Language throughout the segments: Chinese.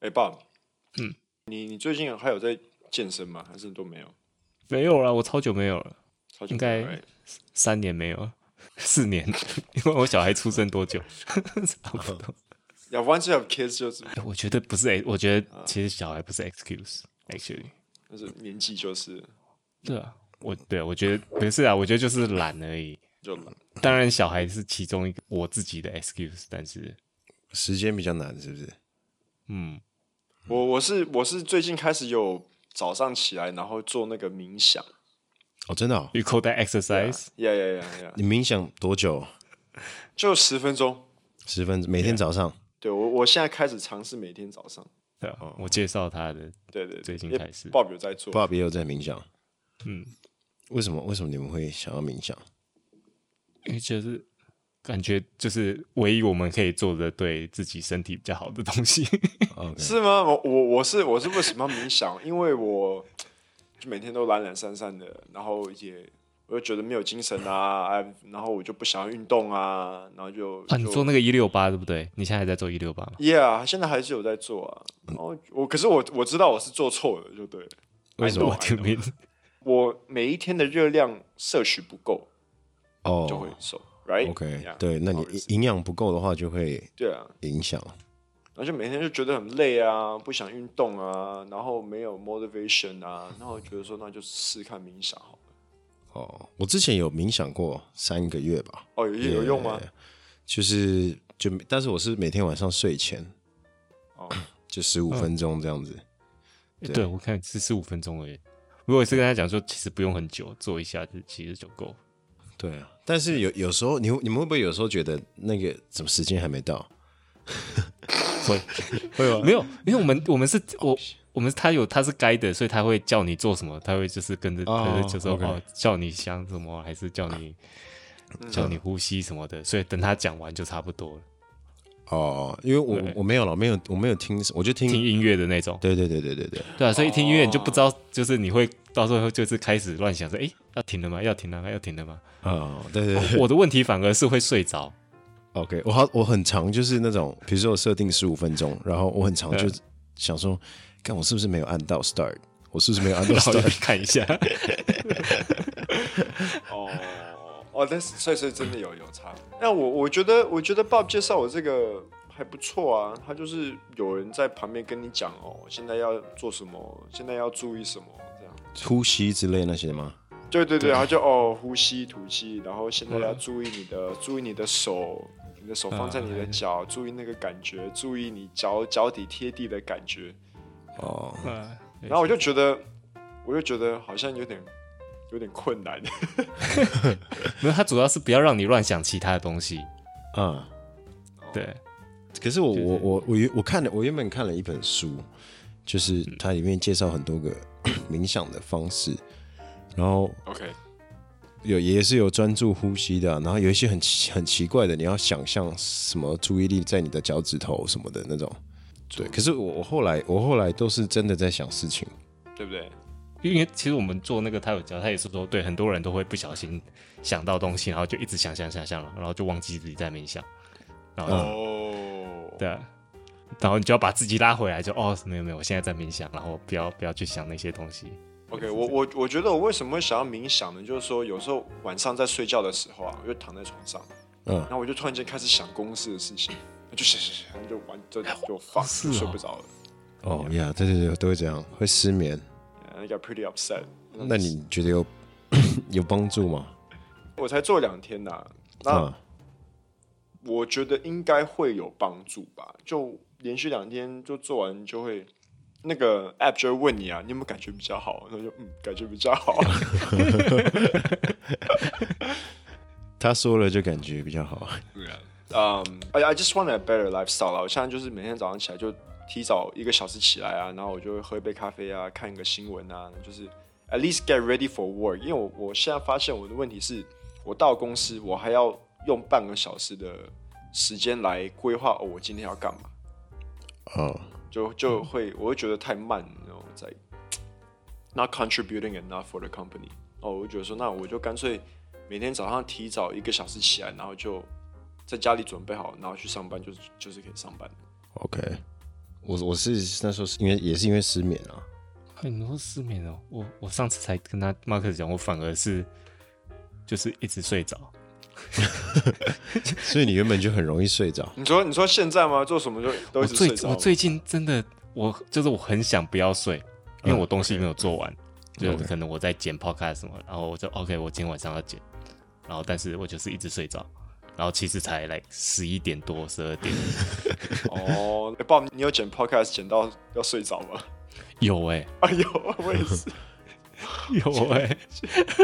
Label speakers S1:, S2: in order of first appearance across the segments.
S1: 哎、爸，
S2: 嗯，
S1: 你你最近还有在健身吗？还是都没有？
S2: 没有啦，我超久没有了，
S1: 超级
S2: 应该
S1: 哎
S2: 三年没有了， 四年，因为我小孩出生多久， 差不多。
S1: ，Yeah, once you have kids，就是
S2: 哎哦我觉得不是，哎我觉得其实小孩不是 excuse，actually，
S1: 就是年纪就是
S2: 对啊，我对啊、我觉得不是啊，我觉得就是懒而已。
S1: 就懒，
S2: 当然，小孩是其中一个我自己的 excuse，但是，
S3: 时间比较难，是不是？
S2: 嗯，
S1: 我我是我是最近开始有早上起来，然后做那个冥想
S3: 哦，真的、哦，
S2: you call that exercise？
S1: ，Yeah Yeah Yeah Yeah，
S3: 你冥想多久？
S1: 就十分钟。
S3: 十分钟，每天早上。
S1: 对我我现在开始尝试每天早上，
S2: 对啊，我介绍他的，
S1: 对对对，
S2: 最近
S1: 因为
S2: 开始
S1: Bob 有在做，
S3: Bob 也有在冥想，
S2: 嗯，
S3: 为什么？为什么你们会想要 冥想？
S2: 因为就是感觉就是唯一我们可以做的对自己身体比较好的东西。
S3: 哦
S1: 是吗？我我我是我是为什么要冥想？ 因为我就每天都懒懒散散的，然后也我就觉得没有精神啊，哎，然后我就不想要运动啊，然后就
S2: 啊，你
S1: 就
S2: 做那个一六八对不对？你现在还在做一六八吗？
S1: Yeah，现在还是有在做啊。然后我可是我我知道我是做错了，就对了。
S3: 为什么
S1: I know, I
S2: What do
S1: know
S2: you mean？
S1: 我每一天的热量摄取不够，
S3: 哦、
S1: 就会哎瘦、r i g h t
S3: OK，
S1: Yeah，
S3: 对，那你营营养不够的话，就会
S1: 对啊。
S3: 影响。
S1: 然后就每天就觉得很累啊，不想运动啊，然后没有 motivation 啊，然后我觉得说那就试试看冥想好了。
S3: 哦，我之前有冥想过三个月吧，
S1: 哦，有有用吗？
S3: 就是就，但是我是每天晚上睡前
S1: 哦，
S3: 就十五分钟这样子。啊
S2: 对我看是十五分钟而已。如果是跟他讲说，其实不用很久，做一下就其实就够。
S3: 对啊，但是有有时候你你们会不会有时候觉得那个怎么时间还没到？
S2: 会会
S3: 啊
S2: 吗？没有，因为我 们我们是我我们他有他是该的，所以他会叫你做什么，他会就是跟着，
S3: 哦
S2: 他就就说
S3: OK
S2: 哦，叫你想什么，还是叫你
S3: 嗯
S2: 叫你呼吸什么的，所以等他讲完就差不多了。
S3: 哦，因为我
S2: 对
S3: 我没有了，没有我没有听，我就
S2: 听
S3: 听。
S2: 音乐的那种，
S3: 对对哦对对对对，
S2: 对啊，所以一听音乐你就不知道，就是你会到时候就是开始乱想说，哎，要停了吗？要停了吗？要停了吗？
S3: 哦，对对对
S2: 我的问题反而是会睡着，
S3: ，OK，我好，我很长就是那种，比如说我设定十五分钟，然后我很长就想说，看我是不是没有按到 start，我是不是没有 按到
S2: 然后就
S3: start？
S2: 看一下。
S1: 哦哦，但是所以所以真的有有差。那我我觉得我觉得 Bob 介绍我这个还不错啊，他就是有人在旁边跟你讲哦，现在要做什么，现在要注意什么这样。
S3: 呼吸之类那些吗？
S1: 对对嗯对，他就哦呼吸吐气，然后现在要注意你的注意你的手，你的手放在你的脚，注意那个感觉，注意你脚脚底贴地的感觉。
S3: 哦，
S2: 嗯
S1: 然后我就觉得，我就觉得好像有点有点困难。
S2: 没有，他主要是不要让你乱想其他的东西。
S3: 啊，
S2: 对，
S3: 可是我
S2: 对
S3: 我我我原我看了，我原本看了一本书，就是它里面介绍很多个 冥想的方式，然后
S1: OK，
S3: 有也是有专注呼吸的啊、然后有一些很奇很奇怪的，你要想象什么注意力在你的脚趾头什么的那种。对，可是我我后来我后来都是真的在想事情。
S1: 对不对？
S2: 因为其实我们做那个他有教，他也是说，对，很多人都会不小心想到东西，然后就一直想想想想，然后就忘记自己在冥想，然
S1: 嗯
S2: 后、
S1: 哦，
S2: 对啊，然后你就要把自己拉回来，就哦，没有没有，我现在在冥想，然后不要不要去想那些东西。
S1: OK，我我我觉得我为什么会想要冥想呢？就是说有时候晚上在睡觉的时候啊，我就躺在床上，
S3: 嗯
S1: 然后我就突然间开始想公司的事情，就想想想，就完就就放，
S2: 是
S1: 就
S2: 哦
S1: 睡不着了。
S3: 哦呀，对对对，都会这样，会失眠。
S1: I got pretty upset。
S3: 那你觉得有 有帮助吗？
S1: 我才做两天呐、那
S3: 啊，
S1: 我觉得应该会有帮助吧。就连续两天就做完，就会那个 app 就会问你啊，你有没有感觉比较好？然后就嗯，感觉比较好。
S3: 他说了就感觉比较好。
S1: 嗯、i I just want a better lifestyle 啦。我现在就是每天早上起来就提早一个小时起来啊，然后我就会喝一杯咖啡啊，看一个新闻啊，就是 at least get ready for work。因为我我现在发现我的问题是，我到公司我还要用半个小时的时间来规划、哦、我今天要干嘛，
S3: 哦，
S1: 就就会我会觉得太慢，然后在 not contributing enough for the company。哦，我就觉得说，那我就干脆每天早上提早一个小时起来，然后就在家里准备好，然后去上班，就是就是可以上班。
S3: OK，我我是那时候是因为也是因为失眠啊，
S2: 哎，你说失眠哦，我我上次才跟他 Mark 讲，我反而是就是一直睡着，
S3: 所以你原本就很容易睡着。
S1: 你说你说现在吗？做什么就都
S2: 我
S1: 一直
S2: 最
S1: 睡着
S2: 我
S1: 了。
S2: 最近真的我就是我很想不要睡，因
S1: 嗯
S2: 为我东西没有做完，就可能我在剪 podcast 什么，然后我就 OK，我今天晚上要剪，然后但是我就是一直睡着，然后其实才来十一点多十 二点，
S1: 哦，哎、爸，你有剪 podcast 剪到要睡着吗？
S2: 有哎、
S1: 哎呦，我也 是。
S2: 有哎、
S1: 欸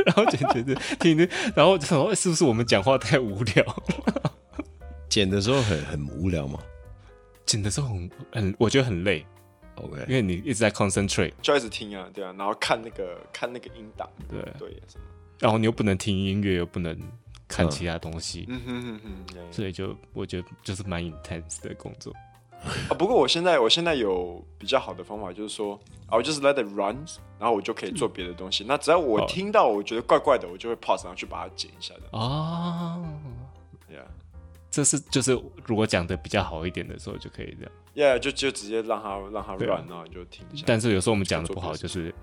S2: 然后剪 剪剪听着，然后我就想说哎是不是我们讲话太无聊？
S3: 剪的时候很很无聊嘛。
S2: 剪的时候很很，我觉得很累，因
S3: OK，
S2: 为你一直在 concentrate，
S1: 就要一直听啊，对啊，然后看那个看那个音档，
S2: 对，
S1: 对，什么
S2: 然后你又不能听音乐，又不能看其他东西，
S1: 嗯哼哼哼对
S2: 所以就我觉得就是蛮 intense 的工作。
S1: 啊。不过我现在我现在有比较好的方法，就是说啊，我就是 let it run，然后我就可以做别的东西。那只要我
S2: 嗯好
S1: 听到我觉得怪怪的，我就会 pause，然后去把它剪一下的。
S2: 哦，
S1: Yeah,
S2: 这是就是如果讲的比较好一点的时候就可以这样，
S1: yeah，就就直接让它让它
S2: 对啊
S1: run，然后你就听一下。
S2: 但是有时候我们讲的不好，
S1: 想
S2: 就
S1: 做
S2: 是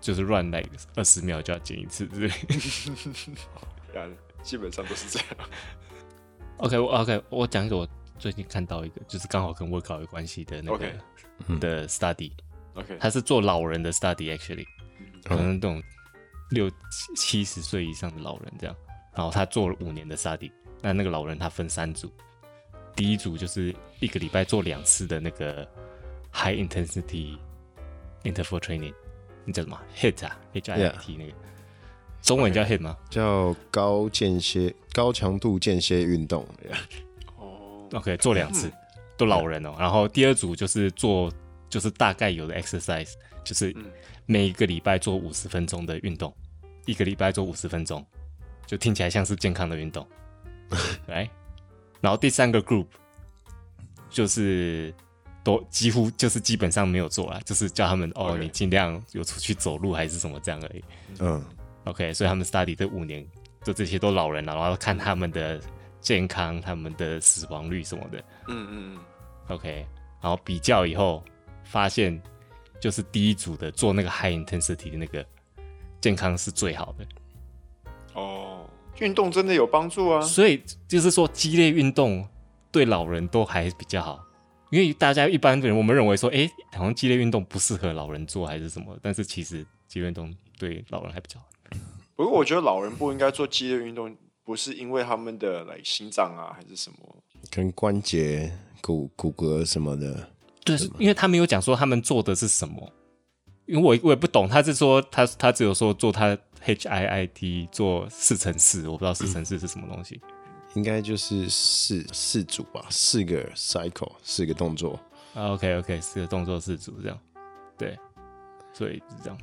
S2: 就是乱来二十秒就要剪一次之类的。
S1: Yeah，基本上都是这样。
S2: OK，我 OK，我讲一个我最近看到一个，就是刚好跟 workout 有关系的那个
S1: OK
S2: 的 study，
S1: OK，
S2: 他是做老人的 study actually，可能那种六七七十岁以上的老人这样。然后他做了五年的 study，那那个老人他分三组，第一组就是一个礼拜做两次的那个 high intensity interval training，那叫什么 hit 啊，H I T 那个中文叫 hit 吗
S3: 叫高间歇、高强度间歇运动。
S1: 哦，
S2: ？OK，做两次，都老人哦。然后第二组就是做就是大概有的 exercise，就是每一个礼拜做五十分钟的运动，一个礼拜做五十分钟，就听起来像是健康的运动，来。然后第三个 group 就是都几乎就是基本上没有做啦，就是叫他们哦
S1: OK
S2: 你尽量有出去走路还是什么这样而已。
S3: 嗯，
S2: OK，所以他们 study 这五年，就这些都老人了，然后看他们的健康、他们的死亡率什么的。
S1: 嗯嗯嗯
S2: OK，然后比较以后发现，就是第一组的做那个 high intensity 的那个健康是最好的。
S1: 哦，运动真的有帮助啊。
S2: 所以就是说，激烈运动对老人都还比较好，因为大家一般人我们认为说，诶，好像激烈运动不适合老人做还是什么，但是其实激烈运动对老人还比较好。
S1: 不过我觉得老人不应该做激烈运动，不是因为他们的来心脏啊还是什么。
S3: 跟关节、骨骨骼什么的。
S2: 对，是因为他没有讲说他们做的是什么，因为我我也不懂，他是说他他只有说做他 H I I T 做四乘四，我不知道四乘四是什么东西。
S3: 应该就是四四组吧，四个 cycle，四个动作。
S2: 啊 OK OK，四个动作四组这样，对，所以是这样。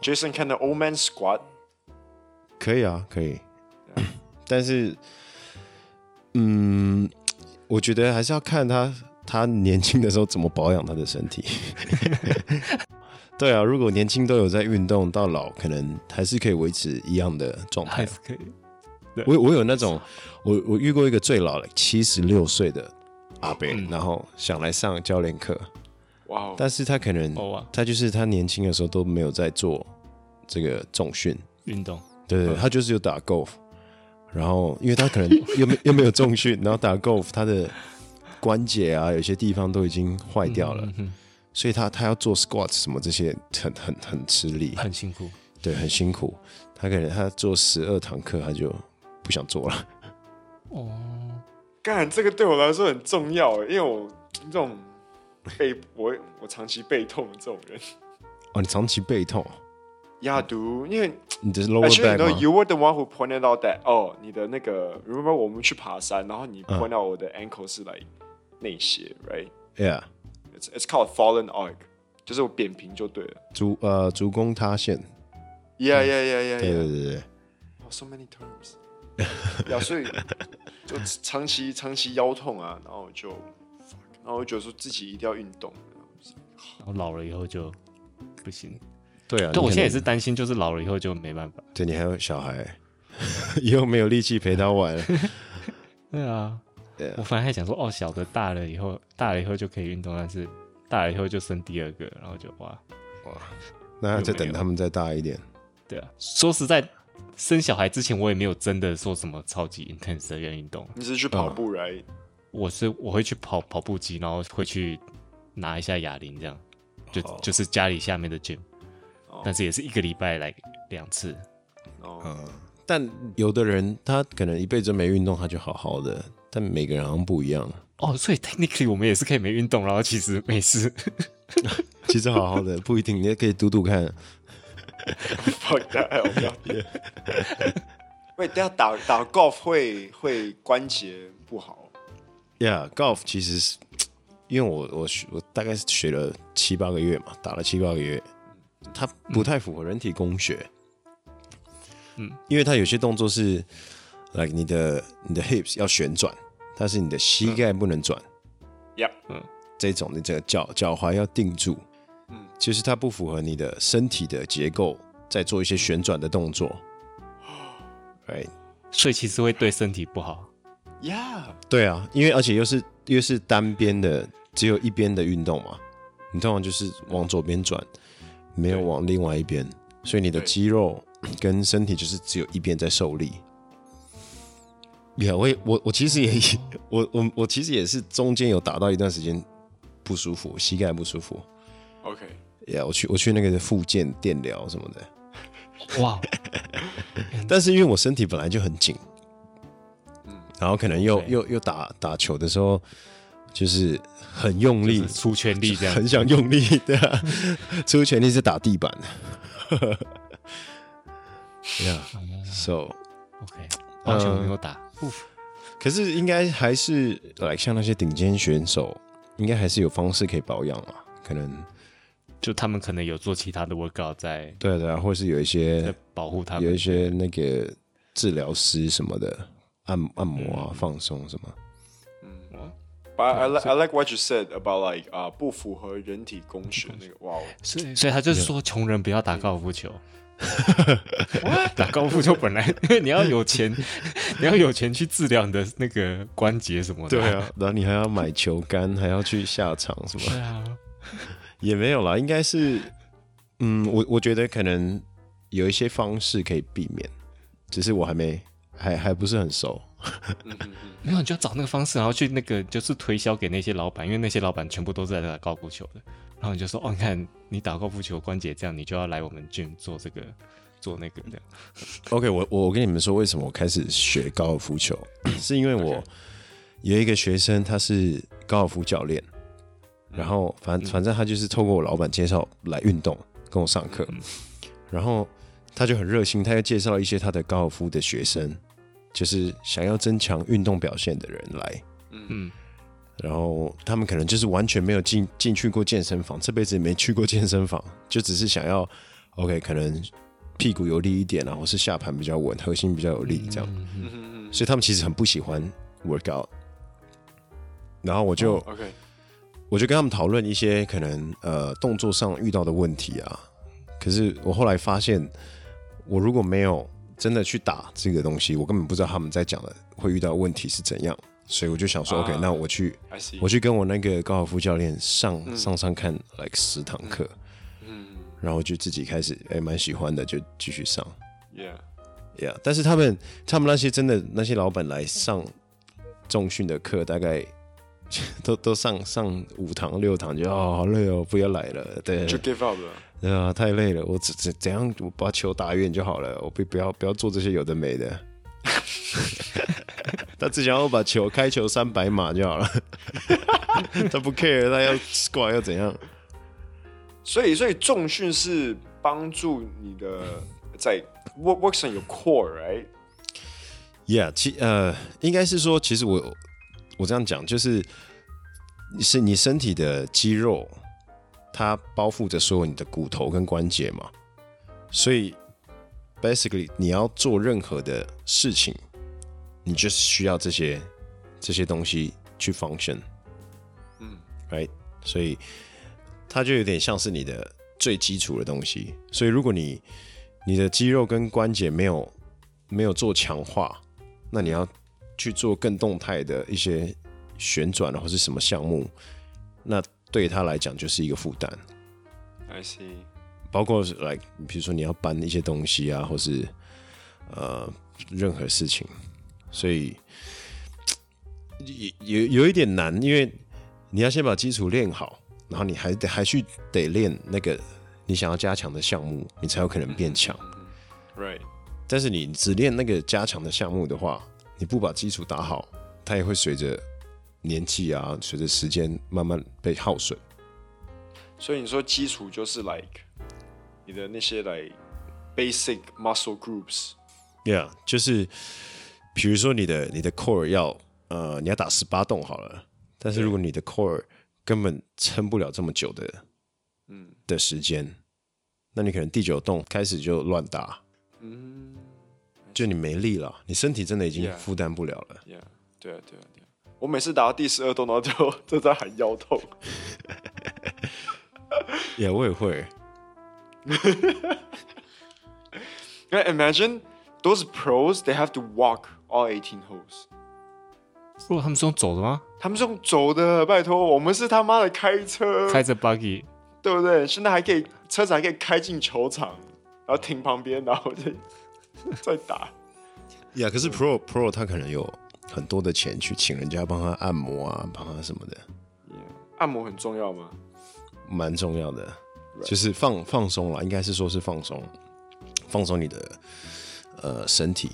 S1: Jason 看的 Old Man Squad，
S3: 可以啊，可以。但是，嗯，我觉得还是要看他他年轻的时候怎么保养他的身体。对啊，如果年轻都有在运动，到老可能还是可以维持一样的状态
S2: 还。是 可以，
S3: 我我有那种，我我遇过一个最老的七十六岁的阿伯，然后想来上教练课，
S1: 哇哦，
S3: 但是他可能
S2: 哦啊
S3: 他就是他年轻的时候都没有在做这个重训，
S2: 运动
S3: 对对，他就是有打 golf，然后因为他可能 又没又没有重训，然后打 golf 他的关节啊有些地方都已经坏掉了，所以他他要做 squat 什么这些很很很吃力，
S2: 很辛苦。
S3: 对，很辛苦。他可能他做十二堂课他就不想做了，
S2: 哦
S1: 干这个对我来说很重要欸耶，因为我这种背我我长期背痛的这种人，
S3: 哦，你长期背痛，
S1: 压毒，因为
S3: 哎你的 lower
S1: actually
S3: back
S1: you know
S3: 吗？
S1: you were the one who pointed out that 哦，你的那个 remember 我们去爬山，然后你
S3: 嗯
S1: point out 我的 ankle 是来内斜，right？
S3: Yeah，
S1: It's it's called fallen arc，就是我扁平就对了。
S3: 足呃足弓塌陷，
S1: Yeah yeah yeah yeah
S3: 对
S1: yeah.
S3: 对对对，
S1: Oh, so many terms. 呀，所 以就长期长期腰痛啊，然后就，然后我就觉得说自己一定要运动。
S2: 然后老了以后就不行。
S3: 对啊。
S2: 但我
S3: 你可能
S2: 现在也是担心，就是老了以后就没办法。
S3: 对你还有小孩， 以后没有力气陪他 玩。
S2: 对啊，
S3: 对啊
S2: 我反而还想说，哦，小的大了以后，大了以后就可以运动，但是大了以后就生第二个，然后就哇，
S3: 那再等他们再大一点。
S2: 对啊，说实在，生小孩之前我也没有真的说什么超级 intense 的运动，
S1: 你只是去跑
S3: 哦
S1: 步而已。
S2: 我是我会去跑跑步机，然后会去拿一下哑铃，这样就
S3: 好
S2: 就是家里下面的 gym，
S1: 哦
S2: 但是也是一个礼拜来两次。
S1: 哦，
S3: 但有的人他可能一辈子没运动，他就好好的，但每个人好像不一样。
S2: 哦，所以 technically 我们也是可以没运动，然后其实没事。
S3: 其实好好 的不一定，你也可以赌赌看。
S1: 不要不要。 喂，等一下打打 golf 会会关节不好，
S3: Yeah，golf 其实是因为我我学我大概是学了七八个月嘛，打了七八个月，它不太符合人体工学。嗯，因为它有些动作是，like 你的你的 hips 要旋转，但是你的膝盖不能转。
S1: 呀、
S3: 这种你这个脚脚踝要定住，嗯，就是它不符合你的身体的结构，在做一些旋转的动 作。Right，
S2: 所以其实会对身体不好。
S1: 呀，
S3: 对啊，因为而且又是又是单边的，只有一边的运动嘛，你通常就是往左边转，没有往另外一边，所以你的
S1: 对
S3: 肌肉跟身体就是只有一边在受力。也、我也我我其 实也我我我其实也是中间有打到一段时间不舒服，膝盖不舒服。
S1: OK，
S3: 呀、我去我去那个附件电疗什么的，
S2: 哇，
S3: 但是因为我身体本来就很紧，
S2: 嗯
S3: 然后可能又
S2: 对
S3: 又又打打球的时候就是很用力，
S2: 就是出全力这样。
S3: 很想 用力，对啊，出全力是打地板。Yeah，so，
S2: OK，完全没有打。Oof
S3: 可是应该还是来像那些顶尖选手，应该还是有方式可以保养嘛？可能
S2: 就他们可能有做其他的 workout 在
S3: 对啊对啊，或是有一些
S2: 在保护他
S3: 有一
S2: 们。
S3: 些那个治疗师什么的，按按摩
S2: 嗯
S3: 啊、放松什么。
S1: But I, I like I like what you said about like 啊、不符合人体工学那 个，哇、哦，
S2: 所以所以他就是说，穷人不要打高尔夫球。 打高尔夫球本来因为你要有钱， 你要有钱去治疗你的那个关节什么的。，
S3: 啊， 然后你还要买球杆，还要去下场什么。
S2: 对啊，
S3: 也没有啦，应该是，嗯，我我觉得可能有一些方式可以避免，只是我还没还还不是很熟。
S2: 没有你就要找那个方式，然后去那个就是推销给那些老板，因为那些老板全部都是在打高尔夫球的。然后你就说，哦，你看你打高尔夫球关节这样，你就要来我们 gym 做这个做那个这样。
S3: OK，我我我跟你们说，为什么我开始学高尔夫球，是因为我有一个学生，他是高尔夫教练，
S1: 嗯
S3: 然后反反正他就是透过我老板介绍来运动，跟我上
S1: 嗯
S3: 课，然后他就很热心，他又介绍一些他的高尔夫的学生，就是想要增强运动表现的人来，
S2: 嗯，
S3: 然后他们可能就是完全没有进进去过健身房，这辈子也没去过健身房， 就只是想要 OK，可能屁股有力一点啊，或是下盘比较稳，核心比较有力这样，
S1: 嗯嗯
S3: 所以他们其实很不喜欢 workout。然后我就、
S1: 嗯，OK，
S3: 我就跟他们讨论一些可能呃动作上遇到的问题啊，可是我后来发现，我如果没有真的去打这个东西，我根本不知道他们在讲的会遇到的问题是怎样，所以我就想说、
S1: 啊
S3: OK，那我去
S1: I see
S3: 我去跟我那个高尔夫教练上、上上看 like 十堂课，嗯，然后我就自己开始哎蛮、喜欢的，就继续上
S1: 嗯，Yeah，
S3: ，Yeah，但是他们他们那些真的那些老板来上重训的课，大概 都都上上五堂六堂就哦好累哦，不要来了，对
S1: 就 give up 了。
S3: 对啊，太累了，我怎怎怎样我把球打远就好了，我不不要不要做这些有的没的。 他只想要把球开球三百码就好了， 他不 care，他要 squat 要怎样？
S1: 所以，所以重训是帮助你的在 work works on your core，right？
S3: Yeah，其呃，应该是说，其实我我这样讲，就是是你身体的肌肉，它包覆着所有你的骨头跟关节嘛，所以 basically 你要做任何的事情，你就是需要这些这些东西去 function，嗯，right，所以它就有点像是你的最基础的东西，所以如果你你的肌肉跟关节没有没有做强化，那你要去做更动态的一些旋转啊或是什么项目，那对他来讲就是一个负担。
S1: I see，
S3: 包括是 like 比如说你要搬一些东西啊，或是呃任何事情，所以有有有一点难，因为你要先把基础练好，然后你还得还去得练那个你想要加强的项目，你才有可能变强。
S1: ，right，
S3: 但是你只练那个加强的项目的话，你不把基础打好，它也会随着年纪啊，随着时间慢慢被耗损。
S1: 所以你说基础就是 like 你的那些 like basic muscle groups，
S3: Yeah，就是比如说你的你的 core 要呃你要打十八洞好了，但是如果你的 core 根本撑不了这么久的，嗯的时间，那你可能第九洞开始就乱打，嗯，就你没力了，你身体真的已经
S1: Yeah
S3: 负担不了了。
S1: Yeah，对啊，对啊，对啊。我每次打到第十二洞，然后就就在喊腰痛。
S3: 也、yeah, 我也会，
S1: 因为 imagine those pros they have to walk all eighteen holes。
S2: 不过他们是用走的吗？
S1: 他们是用走的，拜托，我们是他妈的开车，
S2: 开着 buggy，
S1: 对不对？现在还可以车子还可以开进球场，然后停旁边，然后再再打。
S3: 呀、yeah,，可是 Pro Pro 他可能有很多的钱去请人家帮他按摩啊，帮他什么的，
S1: 按摩很重要吗？
S3: 蛮重要的，就是放放松了，应该是说是放松，放松你的呃身体。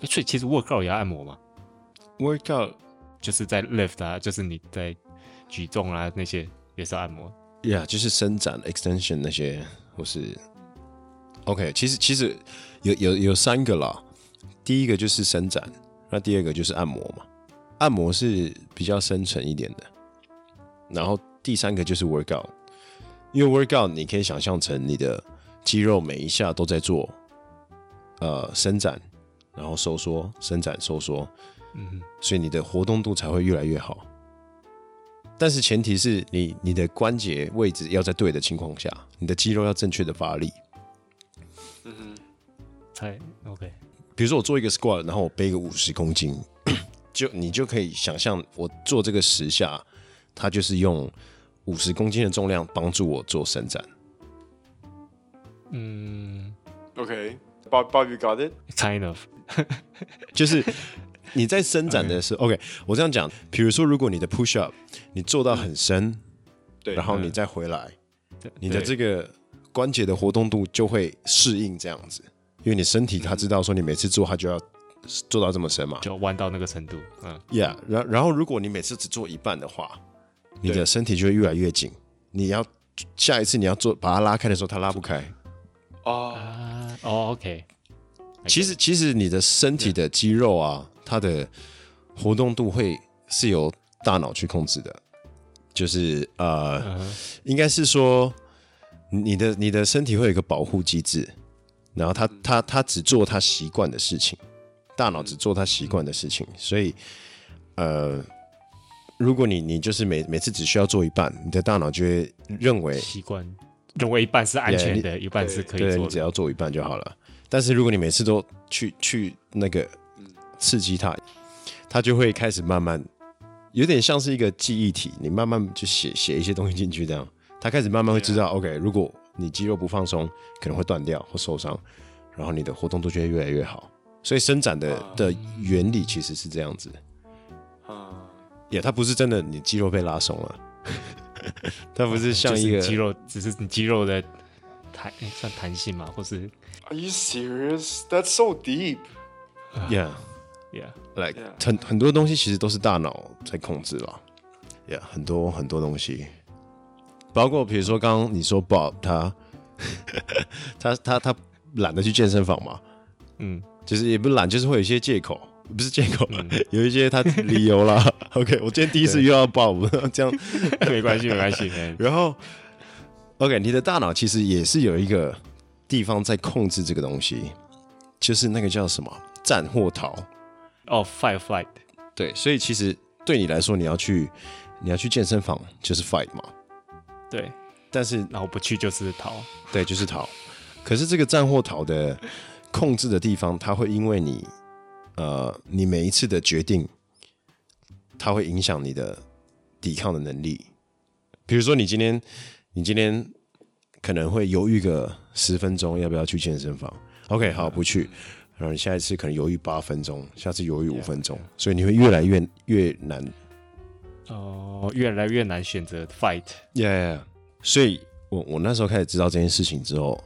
S2: 诶所以哎其实 workout 也要按摩嘛，
S3: Workout
S2: 就是在 lift 啊，就是你在举重啊那些也是要按摩。
S3: 呀、yeah,，就是伸展、extension 那些，或是 OK 其。实其实有有有三个啦，第一个就是伸展，那第二个就是按摩嘛。按摩是比较深层一点的，然后第三个就是 workout，因为 workout 你可以想象成你的肌肉每一下都在做呃伸展，然后收缩、伸展、收缩，嗯，所以你的活动度才会越来越好。但是前提是你你的关节位置要在对的情况下，你的肌肉要正确的发力。
S2: 才 OK，
S3: 比如说我做一个 squat，然后我背个五十公斤， 就你就可以想象我做这个十下，它就是用五十公斤的重量帮助我做伸展。
S2: 嗯
S1: OK，鲍鲍鱼 got it。
S2: ，kind of，
S3: 就是你在伸展的时候，OK，我这样讲，比如说如果你的 push up 你做到很深，
S1: 对，
S3: 然后你再回来，
S2: 对
S3: 你的这个关节的活动度就会适应这样子，因为你身体它知道说你每次做它就要做到这么深嘛。
S2: 就弯到那个程度，嗯，
S3: Yeah，然然后如果你每次只做一半的话，你的身体就会越来越紧，你要下一次你要做把它拉开的时候，它拉不开。
S1: 哦，
S2: 啊，哦，OK，
S3: 其实其实你的身体的肌肉啊，它的活动度会是由大脑去控制的，就是呃，
S2: 嗯
S3: 应该是说你的你的身体会有一个保护机制，然后它它它只做它习惯的事情，大脑只做它习惯的事情，所以呃。如果你你就是每每次只需要做一半，你的大脑就会认为
S2: 习惯认为一半是安全的，一半是可以
S3: 对，你
S2: 做
S3: 只
S2: 的，
S3: 要做一半就好了。但是如果你每次都去去那个刺激它，它就会开始慢慢，有点像是一个记忆体，你慢慢就写写一些东西进去，这样它开始慢慢会知
S2: 啊
S3: 道、o k 如果你肌肉不放松，可能会断掉或受伤，然后你的活动度就会越来越好。所以伸展的、
S2: 啊
S3: 的原理其实是这样子，
S1: 啊，
S3: 也、它不是真的你肌肉被拉松了， 它不是像一
S2: 就
S3: 个
S2: 是肌肉，只是你肌肉的弹诶算弹性嘛，或是
S1: Are you serious? That's so deep.
S3: yeah。
S2: yeah，
S3: like
S1: Yeah.
S3: 很很多东西其实都是大脑在控制啦，yeah, 很多很多东西，包括比如说刚刚你说 Bob 他他他他懒得去健身房嘛，
S2: 嗯，
S3: 就是也不是懒，就是会有一些借口，不是借口，有一些他理由啦。OK，我今天第一次遇到 Bob 这样，
S2: 嗯 没关系，没关系，没关系
S3: 然后 OK，你的大脑其实也是有一个地方在控制这个东西，就是那个叫什么战或逃。
S2: 哦，fight flight，
S3: 对，所以其实对你来说，你要去你要去健身房就是 fight 嘛，
S2: 对，
S3: 但是
S2: 然后不去就是逃，
S3: 对就是逃。可是这个战或逃的控制的地方，它会因为你呃你每一次的决定，它会影响你的抵抗的能力。比如说你今天，你今天可能会犹豫个十分钟，要不要去健身房？OK，好，不去。然后你下一次可能犹豫八分钟，下次犹豫五分钟所以你会越来越越难。
S2: 哦，越来越难选择 fight。
S3: Yeah，所以我我那时候开始知道这件事情之后，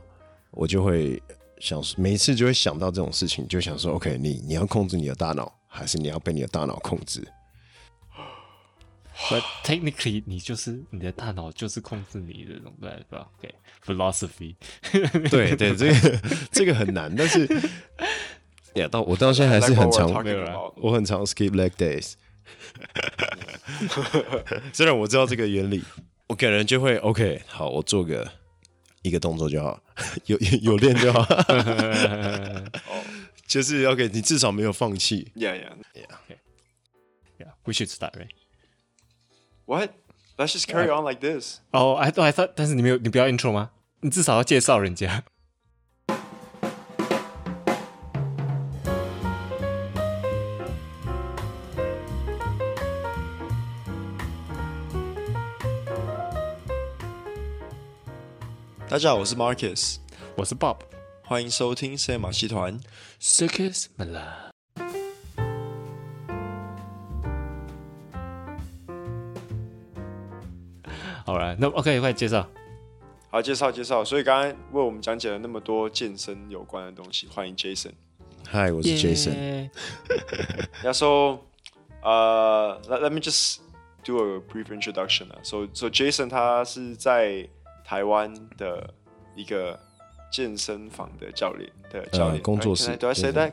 S3: 我就会想，每一次就会想到这种事情，就想说，OK，你你要控制你的大脑，还是你要被你的大脑控制？
S2: But technically，你就是你的大脑就是控制你的，对吧？OK，philosophy，、
S3: 对对，这个这个很难，但是也到我到现在还是很常
S1: Like what we're talking
S2: 没有啦
S1: about
S3: 我很常 skip leg days。虽然我知道这个原理，我可能就会 OK，好，我做个一个动作就好， 有有有练就 好，就是 OK，你至少没有放弃。
S1: Yeah, yeah.
S2: Yeah，we should start right。
S1: What? Let's just carry on like this.
S2: 哦、i thought I thought，但是你没有，你不要 intro 吗？你至少要介绍人家。
S1: 大家好，我是 Marcus，
S2: 我是 Bob
S1: 欢迎收听赛马戏团。
S2: Circus Mala。好了，那 OK，快介绍。
S1: 好，介绍介绍。所以刚刚为我们讲解了那么多健身有关的东西，欢迎 Jason。
S3: 嗨，我是 Jason。
S2: 耶
S1: Yeah, so uh, let, let me just do a brief introduction. 啊 So, so Jason 他是在台湾的一个健身房的教练的教练、
S3: 工作室
S1: Right? Can I- Do I say
S3: 对
S1: that？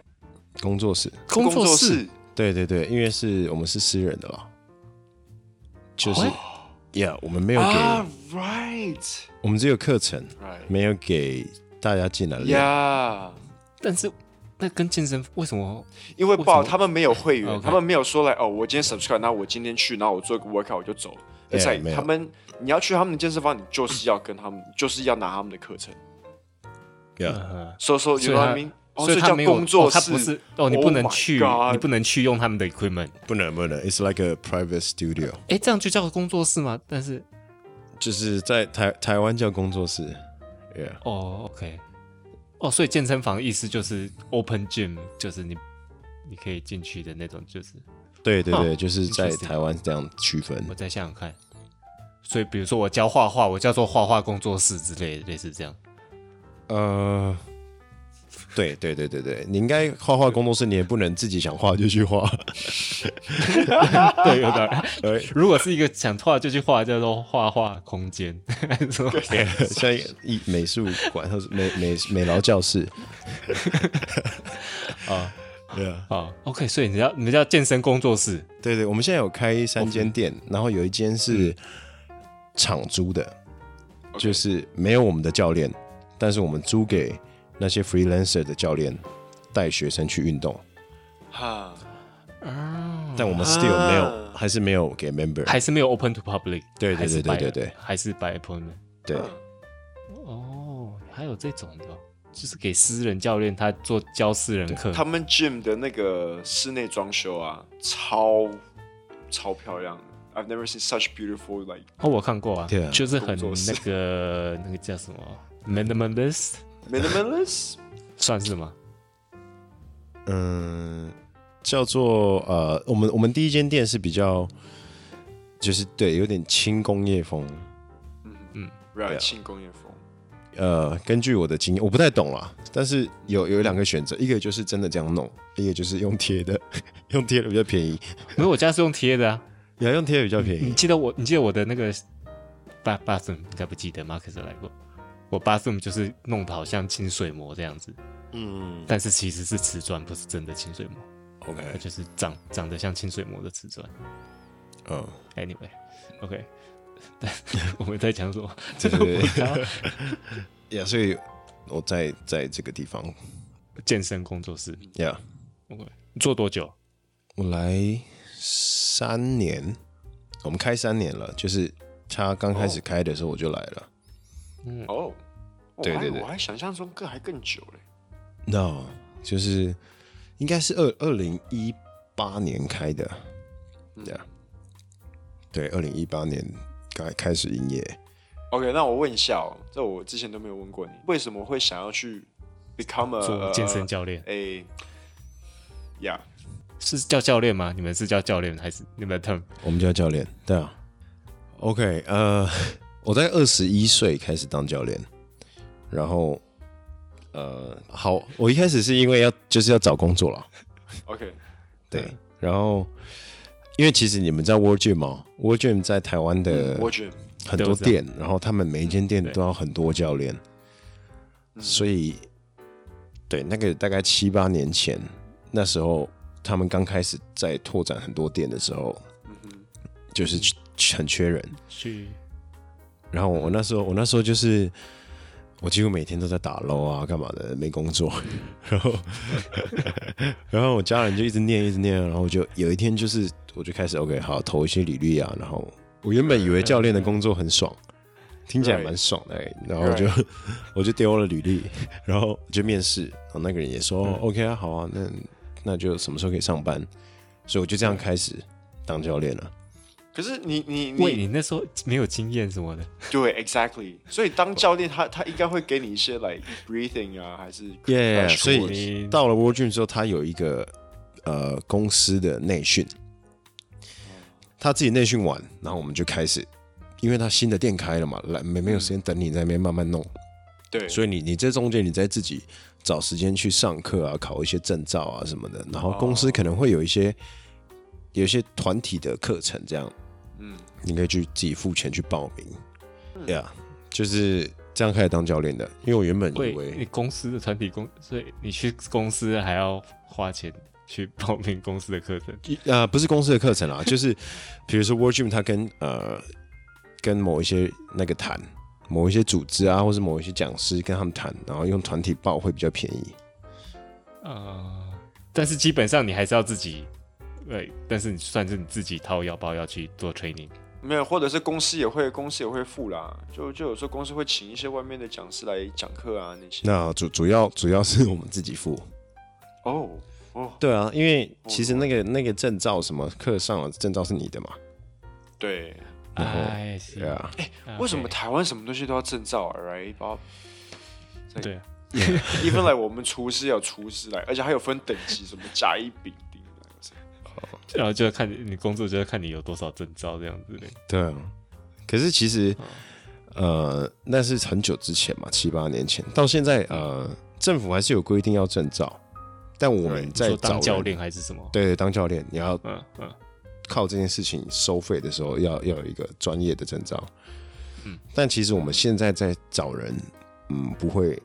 S3: 工作室，
S2: 工
S1: 作
S2: 作室，
S3: 对对对，因为是我们是私人的啦，就是
S2: 哦
S3: ，Yeah，我们没有给，
S1: 啊，right，right、
S3: 我们只有课程，
S1: r i g h t r i g h
S3: 没有给大家进来练。
S1: t y e a h
S2: 但是那跟健身为什么？
S1: 因为
S2: 为什
S1: 报
S2: 么
S1: 他们没有会员，
S2: OK
S1: 他们没有说来哦，我今天 subscribe，那我今天去，然后我做一个 workout 我就走。而
S3: Yeah，
S1: 且
S3: 没有
S1: 他们，你要去他们的健身房，你就是要跟他们，就是要拿他们的课程。
S3: Yeah，
S2: 呃，
S1: So so you know
S2: 所以
S1: what
S2: 他
S1: I mean？哦
S2: 所以
S1: 这
S2: 他
S1: 叫
S2: 没有，
S1: 工作
S2: 哦他
S1: 室，
S2: 不是哦，你不能去
S1: Oh my，God
S2: 你不能去用他们的 equipment。
S3: 不能不能，It's like a private studio，
S2: 哎，这样就叫工作室吗？但是
S3: 就是在台台湾叫工作室。Yeah，
S2: 哦，OK，哦，所以健身房意思就是 open gym，就是你你可以进去的那种，就是
S3: 对对对，
S2: Huh，
S3: 就是在
S2: interesting
S3: 台湾这样区分
S2: 我。再想想看。所以比如说我教画画，我叫做画画工作室之类的，类似这样。
S3: 呃，对对对对对，你应该画画工作室，你也不能自己想画就去画。
S2: 对，有道理。
S3: 哎
S2: 如果是一个想画就去画，叫做画画空间， 还是什么
S3: 像一美术馆或者美美美劳教室
S2: 啊？
S3: 对啊，
S2: 好，OK，所以你叫你们叫健身工作室，
S3: 对对，我们现在有开三间店，然后有一间是场租的，就是没有我们的教练，但是我们租给那些 freelancer 的教练带学生去运动，
S1: 哈，
S3: 啊但我们 still 没有
S1: 啊，
S3: 还是没有给 member。
S2: 还是没有 open to public？
S3: 对对对
S2: 还是 by-
S3: 对对对
S2: 还是 by appointment。
S3: 对，
S2: 哦，还有这种的哦，就是给私人教练他做教私人课。
S1: 他们 gym 的那个室内装修啊，超超漂亮的。I've never seen such beautiful like
S2: 哦，我看过啊，
S3: 对啊
S2: 就是很
S1: 工作室
S2: 那个那个叫什么
S3: 嗯
S2: minimalist，
S1: minimalist
S2: 算是吗？
S3: 嗯，叫做呃，我们我们第一间店是比较，就是对，有点轻工业风。
S2: 嗯啊
S1: right 嗯轻工业风。
S3: 呃，根据我的经验，我不太懂啦，但是有有两个选择，一个就是真的这样弄，一个就是用贴的， 用贴的比较便宜，
S2: 没有，我家是用贴的啊。
S3: 要用贴的比较便
S2: 你
S3: 宜。
S2: 记得我，你记得我的那个 b a b a t h r o o m 应该不记得 m a r c u 来过。我 bathroom 就是弄得好像清水膜这样子，
S3: 嗯
S2: 但是其实是瓷砖，不是真的清水膜，
S3: ，OK，
S2: 它就是长长得像清水膜的瓷砖。
S3: 嗯，
S2: Anyway，OK，、我们在讲什么？
S3: 对对对
S2: 然后
S3: 呀，所以我在在这个地方
S2: 健身工作室
S3: 呀
S2: ，OK，做多久？
S3: 我来三年，我们开三年了，就是他刚开始开的时候我就来了。
S2: 嗯
S1: 哦，我
S3: 对
S1: 还
S3: 对对
S1: 我还想象中更还更久嘞。
S3: No，就是应该是二二零一嗯八年开的，对、啊，对，二零一八年开开始营业。
S1: OK，那我问一下哦，这我之前都没有问过你，为什么会想要去 become a 呃
S2: 做健身教练？
S1: a yeah
S2: 是叫教练吗？你们是叫教练还是你们的 term？
S3: 我们叫教练，对啊。OK，呃，我在二十一岁开始当教练，然后呃，好，我一开始是因为要就是要找工作了，
S1: OK
S3: 对，然后因为其实你们知道 War Gym 哦，War Gym 在台湾的
S2: 呃
S1: w a t
S3: 很
S2: 对
S3: 多
S2: 我知道
S3: 店，然后他们每一间店
S2: 对
S3: 都要很多教练，所以对那个大概七八年前，那时候他们刚开始在拓展很多店的时候，就是缺很缺人。
S2: 去
S3: 然后我那时候，我那时候就是我几乎每天都在打 l 啊，干嘛的，没工作。 然后，然后我家人就一直念，一直念，啊然后我就有一天就是我就开始 OK，好投一些履历啊。然后我原本以为教练的工作很爽，听起来
S1: Right.
S3: 蛮爽的、欸。然后我就 我就丢了履历，然后就面试，然后那个人也说、OK 啊，好啊，那那就什么时候可以上班？所以我就这样开始当教练了。
S1: 可是你你
S2: 喂，你那时候没有经验什么的，
S1: 对，exactly。所以当教练他，他应该会给你一些 like breathing 啊，还是
S3: Yeah，
S1: crash
S3: 所
S1: course
S3: 以
S2: 你
S3: 到了 World Dream 之后，他有一个呃公司的内训，他自己内训完，然后我们就开始，因为他新的店开了嘛，来没没有时间等你在那边慢慢弄，
S1: 对，
S3: 所以你你这中间你再自己找时间去上课啊，考一些证照啊什么的，然后公司可能会有一些有一些团体的课程这样，
S1: 嗯，
S3: 你可以去自己付钱去报名，呀、yeah,，就是这样开始当教练的，因为我原本以
S2: 喂，你
S3: 为
S2: 公司的团体公，所以你去公司还要花钱去报名公司的课程，
S3: 呃，不是公司的课程啦，就是比如说 World Gym，他跟呃跟某一些那个谈，某一些组织啊，或是某一些讲师跟他们谈，然后用团体报会比较便宜。
S2: 呃，但是基本上你还是要自己，对，但是你算是你自己掏腰包要去做 training，
S1: 没有，或者是公司也会，公司也会付啦。就就有时候公司会请一些外面的讲师来讲课啊那些。
S3: 那主主要主要是我们自己付。
S1: 哦哦，
S3: 对啊，因为其实那个那个证照什么课上了，证照是你的嘛。
S1: 对，
S2: 哎，是
S3: 对啊，
S1: 为什么台湾什么东西都要证照啊？Right，包
S2: 对啊，
S1: 一分来我们厨师有厨师来，而且还有分等级，什么甲乙丙丁的。
S2: 然后就要看你工作，就要看你有多少证照这样子的。
S3: 对啊。可是其实，呃，那是很久之前嘛，七八年前，到现在，呃，政府还是有规定要证照，但我们
S2: 你
S3: 在
S2: 说
S3: 找
S2: 当
S3: 人
S2: 教练还是什么？
S3: 对，当教练你要
S2: 嗯嗯，
S3: 靠这件事情收费的时候，要要有一个专业的证照。嗯，但其实我们现在在找人，嗯，不会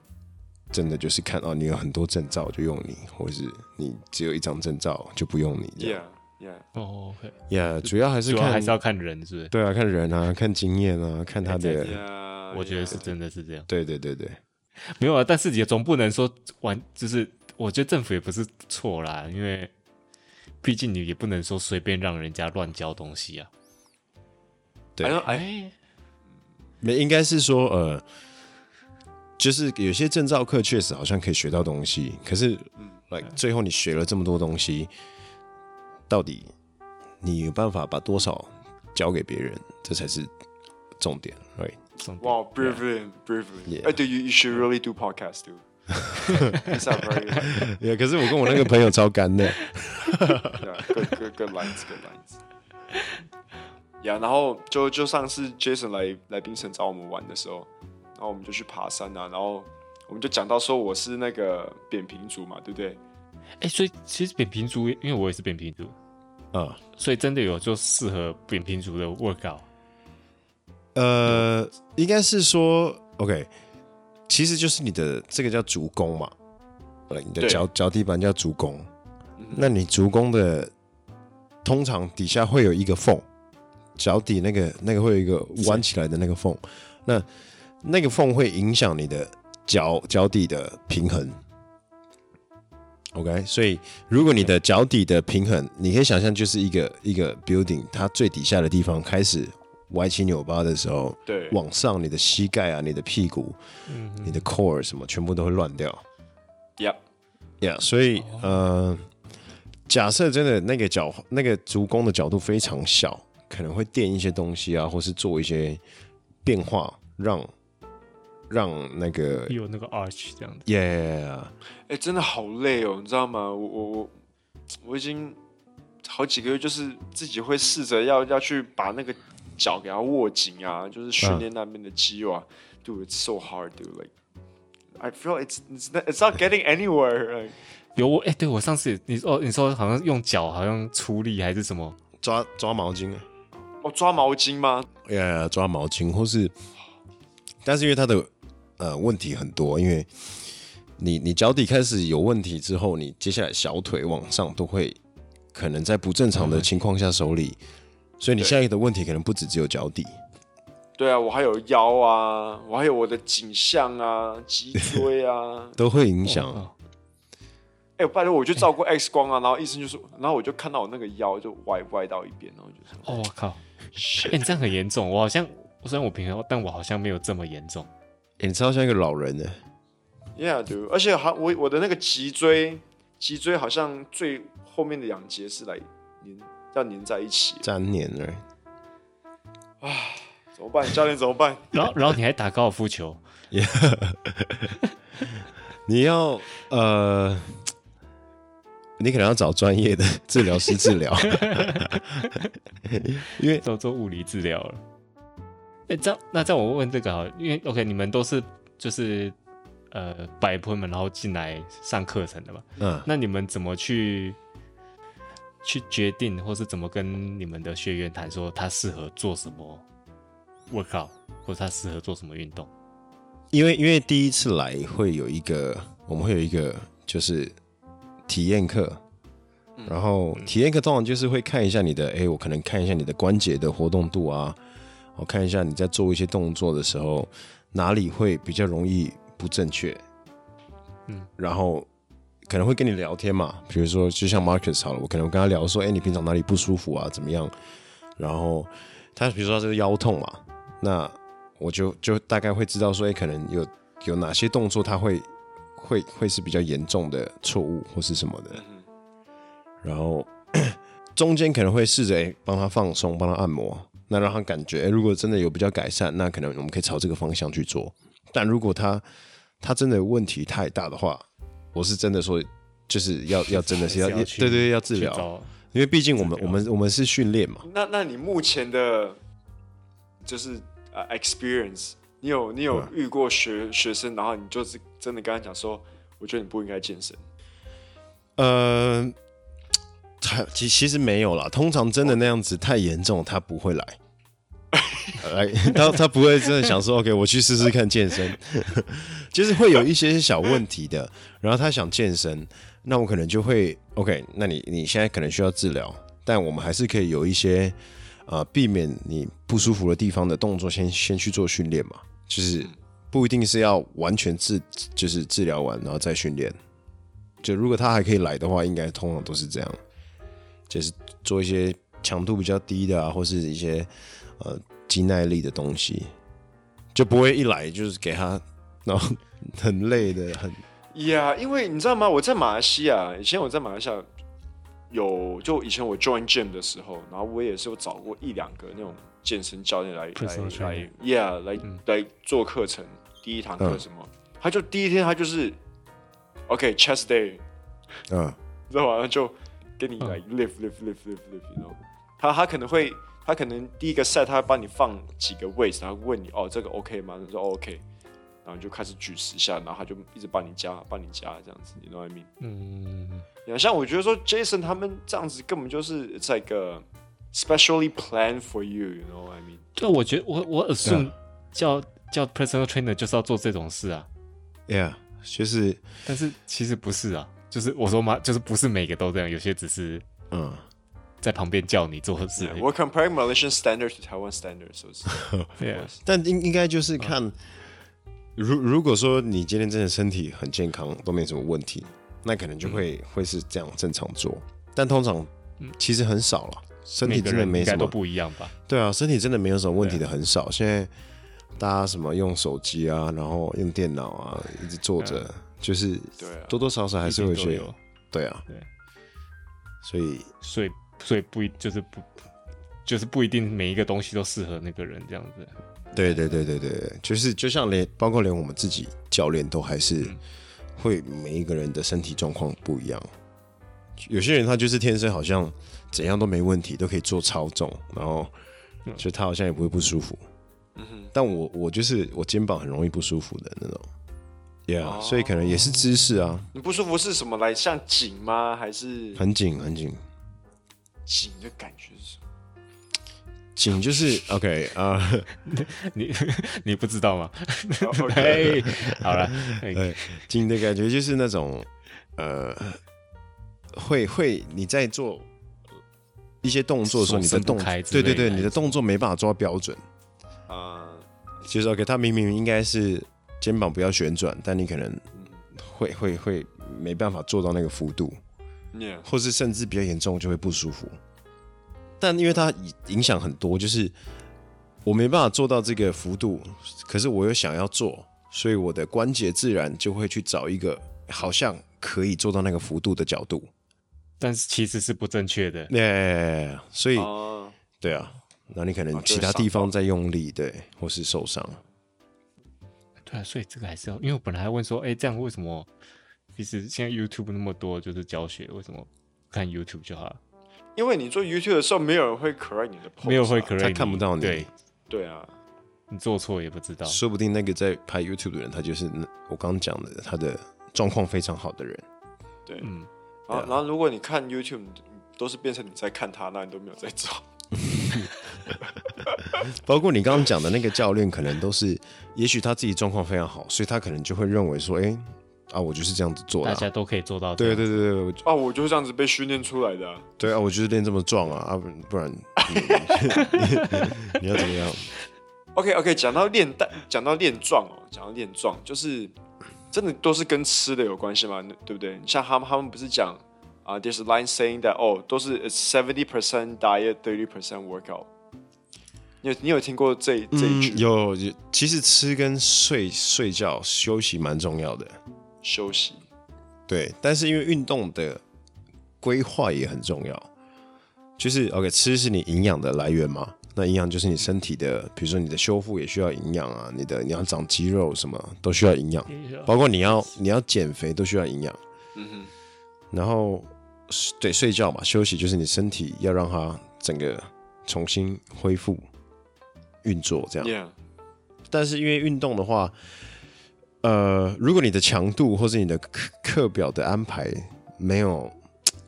S3: 真的就是看哦，你有很多证照就用你，或是你只有一张证照就不用你这样。
S1: Yeah yeah，
S2: 哦，OK，
S3: Yeah，主要还是
S2: 主要
S3: 看
S2: 还是要看人，是不是？
S3: 对啊，看人啊，看经验啊，看他的。
S1: yeah，
S2: 我觉得
S1: yeah
S2: 是真的是这样。
S3: 对对对对，
S2: 没有啊，但是也总不能说完，就是我觉得政府也不是错啦，因为毕竟你也不能说随便让人家乱教东西啊。
S3: 对
S1: 哎呦 哎，
S2: 哎，
S3: 没应该是说呃，就是有些证照课确实好像可以学到东西，可是
S1: 嗯
S3: like 最后你学了这么多东西，到底你有办法把多少交给别人，这才是重点，right？
S2: 重点
S1: Wow, brilliant, brilliant.
S3: Yeah.
S1: I do. You, you should really do podcast, dude. That's not very good.
S3: 也可是我跟我那个朋友超干的，
S1: Yeah, good, good, good lines, good lines. Yeah，然后就就上次 Jason 来来槟城找我们玩的时候，然后我们就去爬山啊，然后我们就讲到说我是那个扁平足嘛，对不对？
S2: 哎，所以其实扁平足，因为我也是扁平足，
S3: 啊、
S2: 所以真的有就适合扁平足的 workout。
S3: 呃，应该是说 OK，其实就是你的这个叫足弓嘛，呃，你的
S1: 对
S3: 脚脚底板叫足弓，那你足弓的通常底下会有一个缝，脚底那个那个会有一个弯起来的那个缝，那那个缝会影响你的脚脚底的平衡。OK，所以如果你的脚底的平衡，你可以想象就是一个一个 building，它最底下的地方开始歪七扭八的时候，
S1: 对
S3: 往上你的膝盖啊、你的屁股、你的 core 什么，全部都会乱掉。
S1: ，Yeah，
S3: Yeah，所以、呃，假设真的那个角那个足弓的角度非常小，可能会垫一些东西啊，或是做一些变化，让让那个
S2: 有那个 arch 这样子，
S3: 耶 y
S1: 哎、真的好累哦，你知道吗？我我我我已经好几个月，就是自己会试着要要去把那个脚给它握紧啊，就是训练那边的肌肉啊。Dude, it's so hard, dude. Like, I feel it's it's not, it's not getting anywhere. Like,
S2: 有我哎、对我上次也你哦，你说好像用脚好像出力还是什么，
S3: 抓抓毛巾啊，
S1: 哦，抓毛巾吗？
S3: 耶、抓毛巾，或是，但是因为它的呃问题很多，因为你你脚底开始有问题之后，你接下来小腿往上都会可能在不正常的情况下手里，所以你
S1: 对
S3: 下一个的问题可能不止只有脚底，
S1: 对啊，我还有腰啊，我还有我的颈项啊、脊椎啊。
S3: 都会影响。
S2: 哦
S1: 哎、拜托，我去照过 X 光啊，然后医生就说，然后我就看到我那个腰就歪歪到一边，然后我就说，
S2: 哦我靠，哎、
S1: shit
S2: 你这样很严重，我好像虽然我平常，但我好像没有这么严重，
S3: 欸你超像一个老人呢、
S1: Yeah, dude！而且还我我的那个脊椎，脊椎好像最后面的两节是来粘，要粘在一起，
S3: 粘黏了。
S1: 怎么办？教练怎么办？
S2: 然后然后你还打高尔夫球，
S3: 你要呃，你可能要找专业的治疗师治疗。因为
S2: 都做物理治疗了。哎、这样那这样我问这个好了，因为 OK 你们都是就是呃摆铺们然后进来上课程的嘛，
S3: 嗯，
S2: 那你们怎么去去决定，或是怎么跟你们的学员谈说他适合做什么 workout，或者他适合做什么运动？
S3: 因为因为第一次来会有一个，我们会有一个就是体验课，然后体验课通常就是会看一下你的，哎，我可能看一下你的关节的活动度啊，我看一下你在做一些动作的时候哪里会比较容易不正确，嗯，然后可能会跟你聊天嘛，比如说就像 Marcus 好了，我可能跟他聊说，哎，你平常哪里不舒服啊，怎么样？然后他比如说他是腰痛嘛，那我就就大概会知道说，哎、可能有有哪些动作它会会会是比较严重的错误或是什么的，然后 中间可能会试着哎帮他放松，帮他按摩，那让他感觉、哎如果真的有比较改善，那可能我们可以朝这个方向去做。但如果他他真的问题太大的话，我是真的说就是要要真的是要
S2: 还是要去
S3: 对对对要治
S2: 去
S3: 疗，
S2: 找
S3: 因为毕竟我们我们我们是训练嘛，
S1: 那那你目前的，就是呃、experience，你有你有遇过学学生，然后你就是真的跟他讲说，我觉得你不应该健身。
S3: 呃，他其其实没有啦，通常真的那样子太严重，他不会来。来，他他不会真的想说，OK，我去试试看健身， 就是会有一些小问题的。然后他想健身，那我可能就会 OK，那你你现在可能需要治疗，但我们还是可以有一些呃避免你不舒服的地方的动作先，先去做训练嘛，就是不一定是要完全治，就是治疗完然后再训练。就如果他还可以来的话，应该通常都是这样，就是做一些强度比较低的啊，或是一些呃肌耐力的东西，就不会一来就是给他然后很累的，很
S1: Yeah，因为你知道吗？我在马来西亚，以前我在马来西亚有，就以前我 join gym 的时候，然后我也是有找过一两个那种健身教练来
S2: Personal
S1: 来
S2: trainer
S1: 来
S2: 嗯
S1: ，Yeah，来、来做课程。第一堂课
S3: 嗯
S1: 什么？他就第一天他就是 OK chest day，
S2: 啊
S3: 嗯
S1: 知道吗？就给你来 lift lift lift lift lift，you know，他他可能会，他可能第一个 set 他会帮你放几个 weight，然后问你哦这个 OK 吗？你说、哦 OK，然后你就开始举十下，然后他就一直帮你加，帮你加这样子，你懂我意思？
S2: 嗯，
S1: Yeah，像我觉得说 Jason 他们这样子根本就是 it's like a specially planned for you，you know what I mean？
S2: 对，我觉得我我 assume
S3: 对啊
S2: 叫叫 personal trainer 就是要做这种事啊，
S3: ，yeah，就是
S2: 但是其实不是啊，就是我说嘛，就是不是每个都这样，有些只是
S3: 嗯，
S2: 在旁边叫你做事而已。
S1: Yeah, we're comparing Malaysian standard to Taiwan standard，so it's
S2: 对啊
S3: 但应应该就是看，如如果说你今天真的身体很健康，都没什么问题，那可能
S2: 嗯
S3: 就会、会是这样正常做，但通常其实很少了，身体
S2: 每个
S3: 真的
S2: 人
S3: 没
S2: 应该
S3: 什
S2: 都
S3: 么。
S2: 不一样吧？
S3: 对啊，身体真的没有什么问题的很少。现在大家什么用手机啊，然后用电脑啊，一直坐着，就是
S1: 对啊
S3: 多多少少还是会有
S2: 一定都
S3: 些
S2: 有，
S3: 对啊，
S2: 对，
S3: 所以
S2: 所以所以不一就是不就是不一定每一个东西都适合那个人这样 子。
S3: 对对对对对，对就是就像连包括连我们自己教练都还是会每一个人的身体状况不一样，有些人他就是天生好像怎样都没问题，都可以做超重，然后就他好像也不会不舒服。但我我就是我肩膀很容易不舒服的那种，Yeah，、所以可能也是姿势啊，
S1: 你不舒服是什么来？像紧吗？还是
S3: 很紧很紧，
S1: 紧的感觉是什么？
S3: 紧就是 OK 啊、
S2: 你 你不知道 吗？
S1: 哦，OK
S2: 哎，好了，哎
S3: 对，紧的感觉就是那种，呃，会会你在做一些动作的时
S2: 手
S3: 候，你的
S2: 伸不
S3: 动
S2: 开之
S3: 对
S2: 类的
S3: 对对，你的动作没办法抓标准。
S1: 啊，
S3: 就是 OK，他明明应该是肩膀不要旋转，但你可能会会会没办法做到那个幅度，
S1: 念
S3: 或是甚至比较严重就会不舒服。但因为它影影响很多，就是我没办法做到这个幅度，可是我又想要做，所以我的关节自然就会去找一个好像可以做到那个幅度的角度。
S2: 但是其实是不正确的。
S3: 耶、哎所以、
S1: 啊，
S3: 对啊，那你可能
S1: 啊就
S3: 其
S1: 会
S3: 他
S1: 伤
S3: 地方在用力，对，或是受伤。
S2: 对啊，所以这个还是要，因为我本来还问说，哎，这样为什么？其实现在 YouTube 那么多就是教学，为什么不看 YouTube 就好了？
S1: 因为你做 YouTube 的时候，没有人会 correct 你的 pose，啊
S2: 没有会 correct，
S3: 他看不到你
S2: 对
S1: 对啊，
S2: 你做错也不知道。
S3: 说不定那个在拍 YouTube 的人，他就是那我刚刚讲的，他的状况非常好的人。
S1: 对，啊
S2: 嗯
S1: 然后然后如果你看 YouTube，你都是变成你在看他，那你都没有在做，
S3: 包括你刚刚讲的那个教练，可能都是，也许他自己状况非常好，所以他可能就会认为说，哎、啊，我就是这样子做的、
S2: 大
S3: 啊。
S2: 家都可以做到这
S3: 对
S2: 样。
S3: 对对对，我 哦
S1: 啊，我就是这样子被训练出来的啊、
S3: 对啊，我就是练这么壮啊，啊不不然你你你要怎么样？
S1: OK OK，讲到练蛋，讲到练壮哦，讲到练壮，就是真的都是跟吃的有关系嘛，对不对？像他们他们不是讲啊、t h e r e s a line saying that 哦，都是 seventy percent diet, thirty percent workout。你有你有听过这 这一句、
S3: 嗯有，有其实吃跟睡睡觉休息蛮重要的，
S1: 休息？
S3: 对，但是因为运动的规划也很重要，就是 OK，吃是你营养的来源嘛，那营养就是你身体的，比如说你的修复也需要营养啊，你的你要长肌肉什么都需要营养，包括你要你要减肥都需要营养，
S1: 嗯
S3: 然后对睡觉嘛，休息就是你身体要让它整个重新恢复运作这
S1: 哼
S3: 样。
S1: ，Yeah，
S3: 但是因为运动的话，呃，如果你的强度或是你的课课表的安排没有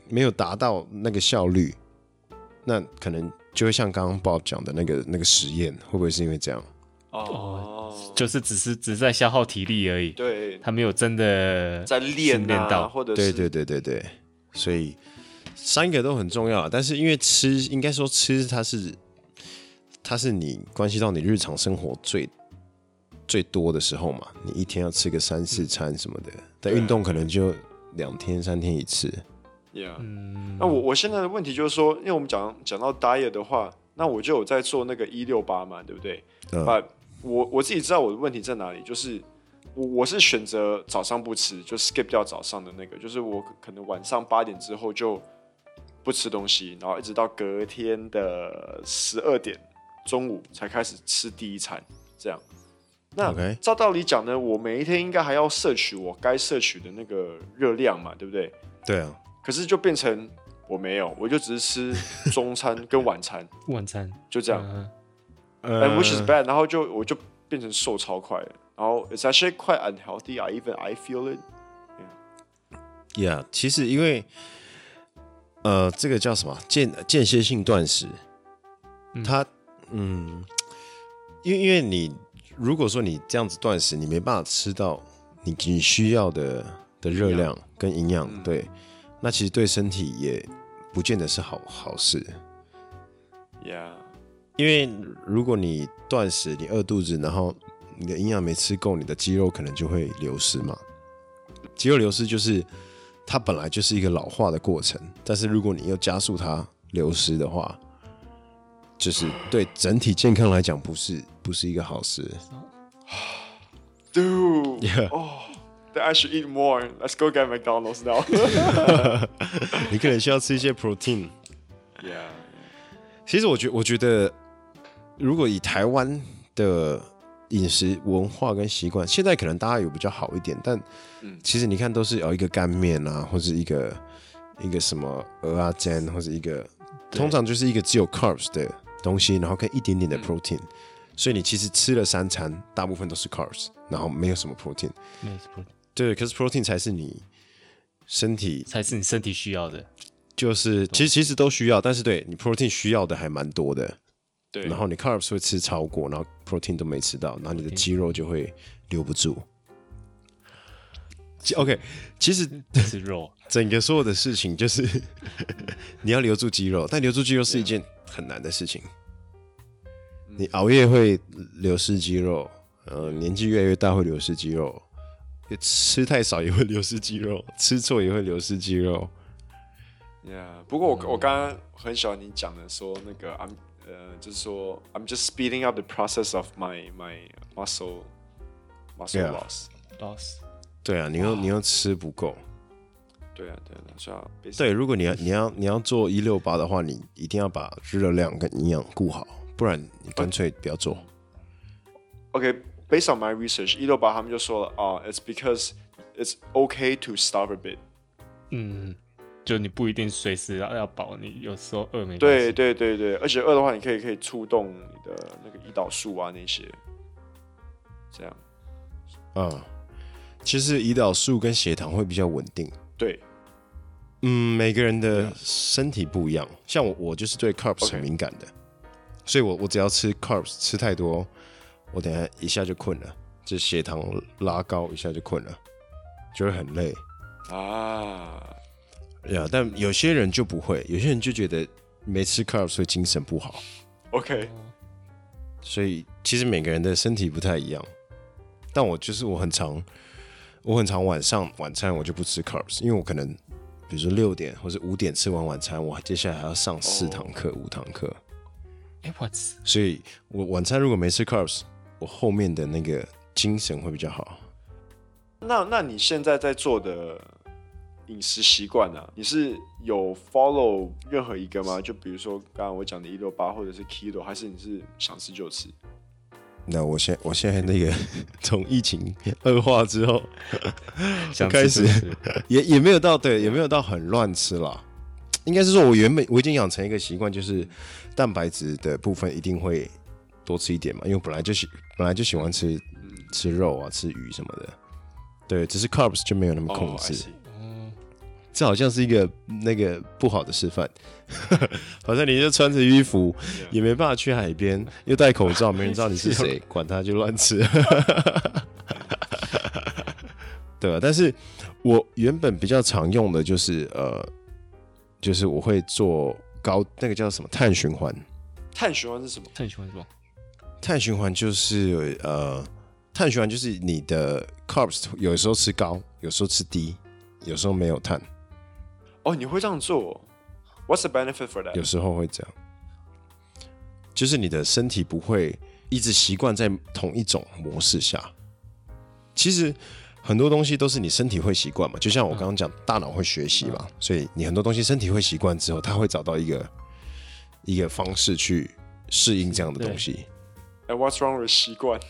S3: 没有达到那个效率，那可能就会像刚刚 Bob 讲的那个那个实验，会不会是因为这样？
S1: 哦，
S2: 就是只是只是在消耗体力而已，
S1: 对，
S2: 他没有真的
S1: 在练
S2: 训
S1: 啊，
S2: 练到
S1: 或者
S3: 对
S1: 是
S3: 对对对对，所以三个都很重要啊，但是因为吃，应该说吃它是它是你关系到你日常生活最最多的时候嘛，你一天要吃个三四餐什么的，但运动可能就两天三天一次。
S1: Yeah，、那我我现在的问题就是说，因为我们讲讲到 diet 的话，那我就有在做那个一六八嘛，对不对？
S3: 嗯
S1: 啊、我我自己知道我的问题在哪里，就是我我是选择早上不吃，就 skip 掉早上的那个，就是我可可能晚上八点之后就不吃东西，然后一直到隔天的十二点中午才开始吃第一餐，这样。那
S3: OK
S1: 照道理讲呢，我每一天应该还要摄取我该摄取的那个热量嘛，对不对？
S3: 对啊，
S1: 可是就变成我没有，我就只是 吃中餐跟晚餐，
S2: 晚餐嗯
S1: 就这
S2: 这
S1: 样。And
S3: 嗯
S1: 哎 which is bad，然后就我就变成瘦超快了，然后 it's actually quite unhealthy. I even I feel it.
S3: Yeah，其实因为呃，这个叫什么间间歇性断食，它嗯，因为因为你如果说你这样子断食，你没办法吃到你你需要的的热量跟营养，嗯对，那其实对身体也不见得是好好事。
S1: Yeah，
S3: 因为如果你断食，你饿肚子，然后你的营养没吃够，你的肌肉可能就会流失嘛。肌肉流失就是它本来就是一个老化的过程，但是如果你又加速它流失的话，就是对整体健康来讲不是不是一个好事。
S1: dude. Oh, then I should eat more. Let's go get McDonald's now.
S3: 你可能需要吃一些 protein。
S1: yeah.
S3: 其实我觉我觉得，如果以台湾的饮食文化跟习惯，现在可能大家有比较好一点，但
S1: 嗯
S3: 其实你看都是哦有一个干面啊，或者一个一个什么鹅啊煎，或者一个
S2: 对
S3: 通常就是一个只有 carbs 的东西，然后跟一点点的 protein，、所以你其实吃了三餐，大部分都是 carbs，然后没有什么 protein。
S2: 没有什么
S3: 对，可是 protein 才是你身体
S2: 才是你身体需要 的。
S3: 就是其实其实都需要，但是对你 protein 需要的还蛮多的。
S1: 对，
S3: 然后你 carbs 会吃超过，然后 protein 都没吃到，然后你的肌肉就会留不住。 其 OK，其 实
S2: 吃肉，
S3: 整个所有的事情就是你要留住肌肉，但留住肌肉是一件很难的事情。你熬夜会流失肌肉，呃，年纪越来越大会流失肌肉，吃太少也会流失肌肉，吃错也会流失肌肉。
S1: Yeah，不过我、
S3: 嗯
S1: 我刚刚很喜欢你讲的说那个 I'm 呃，就是说 I'm just speeding up the process of my my muscle muscle
S3: Yeah.
S1: loss。
S2: 老
S3: 对啊，你又你又吃不够。
S1: 对啊，对啊，对啊所以啊，basically-
S3: 对，如果你要你要你要做一六八的话，你一定要把热量跟营养顾好，不然你干脆不要做。
S1: OK，based、on my research，一六八他们就说了啊、i t s because it's okay to starve a bit。
S2: 嗯，就你不一定随时要要饱，你有时候饿没关
S1: 对
S2: 系。
S1: 对对对，而且饿的话，你可以可以触动你的那个胰岛素啊那些，这样
S3: 啊，其实胰岛素跟血糖会比较稳定。
S1: 对
S3: 嗯，每个人的身体不一样，像我，我就是对 carbs 很敏感的所以我我只要吃 carbs 吃太多，我等一下一下就困了，就血糖拉高一下就困了，就会很累。
S1: 啊，
S3: 呀、但有些人就不会，有些人就觉得没吃 carbs 会精神不好，
S1: OK，
S3: 所以其实每个人的身体不太一样。但我就是我很常，我很常晚上晚餐我就不吃 carbs，因为我可能比如说六点或者五点吃完晚餐，我接下来还要上四堂课、五堂课，
S2: 哎，我吃
S3: 所以我晚餐如果没吃 carbs，我后面的那个精神会比较好。
S1: 那那你现在在做的饮食习惯呢？你是有 follow 任何一个吗？就比如说刚刚我讲的一六八，或者是 keto，还是你是想吃就吃？
S3: 那我现我现在那个 从疫情恶化之后，
S2: 想
S3: 开
S2: 吃
S3: 始
S2: 就 吃
S3: 也也没有到对，也没有到很乱吃啦。应该是说，我原本我已经养成一个习惯，就是蛋白质的部分一定会多吃一点嘛，因为我本来就喜本来就喜欢吃吃肉啊，吃鱼什么的。对，只是 carbs 就没有那么控
S1: 哦
S3: 制。
S1: I see
S3: 这好像是一个那个不好的示范， 好像你就穿着衣服也没办法去海边，又戴口罩，没人知道你是谁，管他就乱吃。 对啊，但是我原本比较常用的就是呃，就是我会做高那个叫什么碳循环，
S1: 碳循环是什么？
S2: 很喜欢什么？
S3: 碳循环就是呃，碳循环就是你的 carbs 有时候吃高，有时候吃低，有时候没有碳，
S1: 哦，你会这样做哦？What's the benefit for
S3: 有
S1: that？
S3: 时候会这样，就是你的身体不会一直习惯在同一种模式下。其实很多东西都是你身体会习惯嘛，就像我刚刚讲，大脑会学习嘛，所以你很多东西身体会习惯之后，它会找到一个一个方式去适应这样的东西。
S1: 哎，What's wrong with 习惯？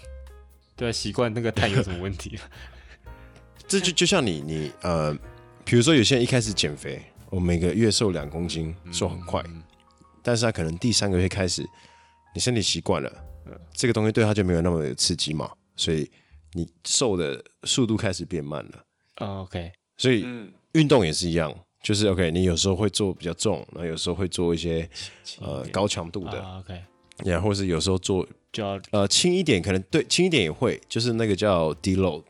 S2: 对啊，习惯那个碳有什么问 题？
S3: 这就就像你你呃，比如说有些人一开始减肥，我每个月瘦两公斤，瘦很快，但是他可能第三个月开始，你身体习惯了，这个东西对他就没有那么有刺激嘛，所以你瘦的速度开始变慢了。
S2: 啊，OK，
S3: 所以
S1: 嗯，
S3: 运动也是一样，就是 OK，你有时候会做比较重，然后有时候会做一些呃高强度的，
S2: 啊，OK，
S3: 然后或是有时候做
S2: 就要
S3: 呃，轻一点可能对，轻一点也会，就是那个叫 deload，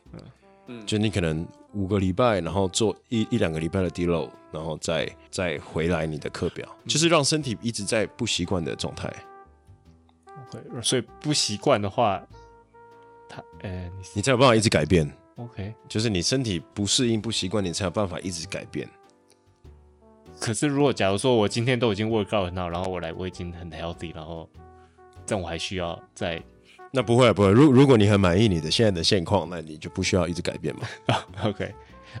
S1: 嗯
S3: 就你可能五个礼拜，然后做一一两个礼拜的 deload，然后再再回来你的课表，
S1: 嗯
S3: 就是让身体一直在不习惯的状态。
S2: OK，所以不习惯的话，他呃，你是
S3: 你才有办法一直改变，
S2: OK，
S3: 就是你身体不适应、不习惯，你才有办法一直改变。
S2: 可是如果假如说我今天都已经 work out 很好，然后我来我已经很 healthy，然后这样我还需要再
S3: 那不会不会，如如果你很满意你的现在的现况，那你就不需要一直改变 嘛。
S2: OK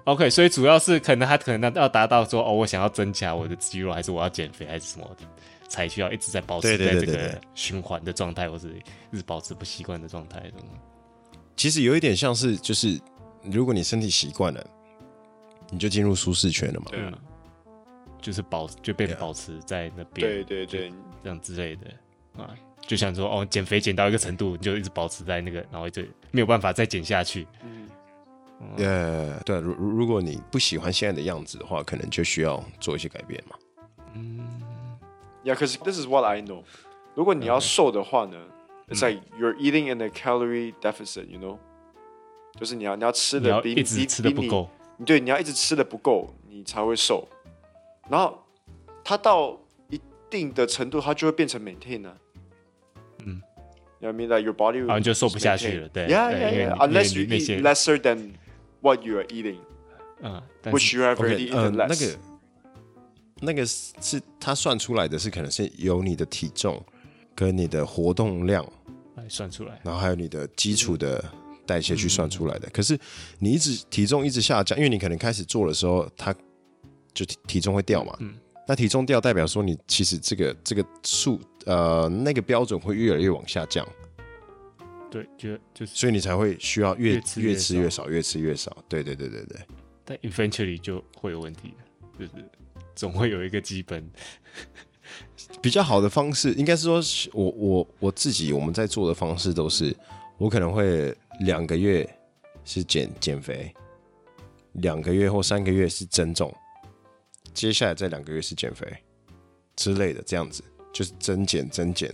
S2: OK，所以主要是可能他可能要达到说哦，我想要增加我的肌肉，还是我要减肥，还是什么的才需要一直在保
S3: 对
S2: 持
S3: 对
S2: 在
S3: 对
S2: 这
S3: 对
S2: 个
S3: 对
S2: 循环的状态，或是一直保持不习惯的状态。这种
S3: 其实有一点像是，就是如果你身体习惯了，你就进入舒适圈了嘛。
S1: 对啊，
S2: 就是保就被
S3: Yeah
S2: 保持在那边，
S1: 对对对，
S2: 这样之类的啊，就想说哦，减肥减到一个程度，你就一直保持在那个，然后就没有办法再减下去。
S1: 嗯
S3: 呃，对，如如如果你不喜欢现在的样子的话，可能就需要做一些改变嘛。
S1: Yeah, because this is what I know. 如果你要瘦的话呢、i t s like you're eating in a calorie deficit, you know，就是你要你要吃
S2: 你
S1: 的
S2: 要
S1: 比
S2: 一直
S1: 比
S2: 吃的
S1: 比
S2: 不
S1: 你
S2: 够，
S1: 你对，你要一直吃的不够，你才会瘦。然后它到一定的程度，它就会变成 maintain 呢、嗯，You know what I mean that your body
S2: 然后你就瘦不下去了
S1: maintain
S2: 对
S1: yeah,
S2: 对因为
S1: yeah, yeah.
S2: 你
S1: Unless
S2: 因
S1: you
S2: 为你那些
S1: eat lesser than what you are eating,
S2: 嗯，但是
S1: which you have already
S3: OK，呃，
S1: eaten
S3: 那
S1: less.
S3: 个那个是是它算出来的是可能是由你的体重跟你的活动量，
S2: 来算出来，
S3: 然后还有你的基础的代谢去算出来
S1: 嗯
S3: 的。可是你一直体重一直下降，因为你可能开始做的时候，它就体体重会掉嘛。
S1: 嗯
S3: 那体重掉代表说你其实这个这个数呃那个标准会越来越往下降，
S2: 对，就就是，
S3: 所以你才会需要越
S2: 越吃
S3: 越
S2: 越
S3: 吃
S2: 少
S3: 越少，越吃越少。对对对对对。
S2: 但 eventually 就会有问题的，就是总会有一个基本，
S3: 比较好的方式，应该是说是我我我自己我们在做的方式都是，我可能会两个月是减减肥，两个月或三个月是增重，接下来再两个月是减肥之类的，这样子就是增减增减，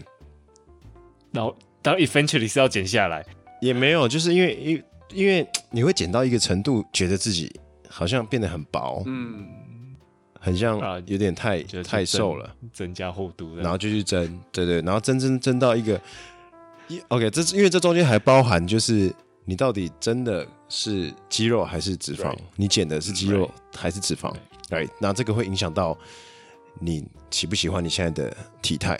S2: 然后当然 eventually 是要减下来，
S3: 也没有，就是因为因为因为你会减到一个程度，觉得自己好像变得很薄，
S1: 嗯，
S3: 很像
S2: 啊
S3: 有点太、
S2: 就是
S3: 太
S2: 增
S3: 瘦了。
S2: 增加厚度这
S3: 然
S2: 样，
S3: 后就去争，对对，然后争争争到一个一，OK，这是因为这中间还包含就是你到底真的是肌肉还是脂肪
S2: Right
S3: 你减的是肌肉还是脂肪对，那这个会影响到你喜不喜欢你现在的体态。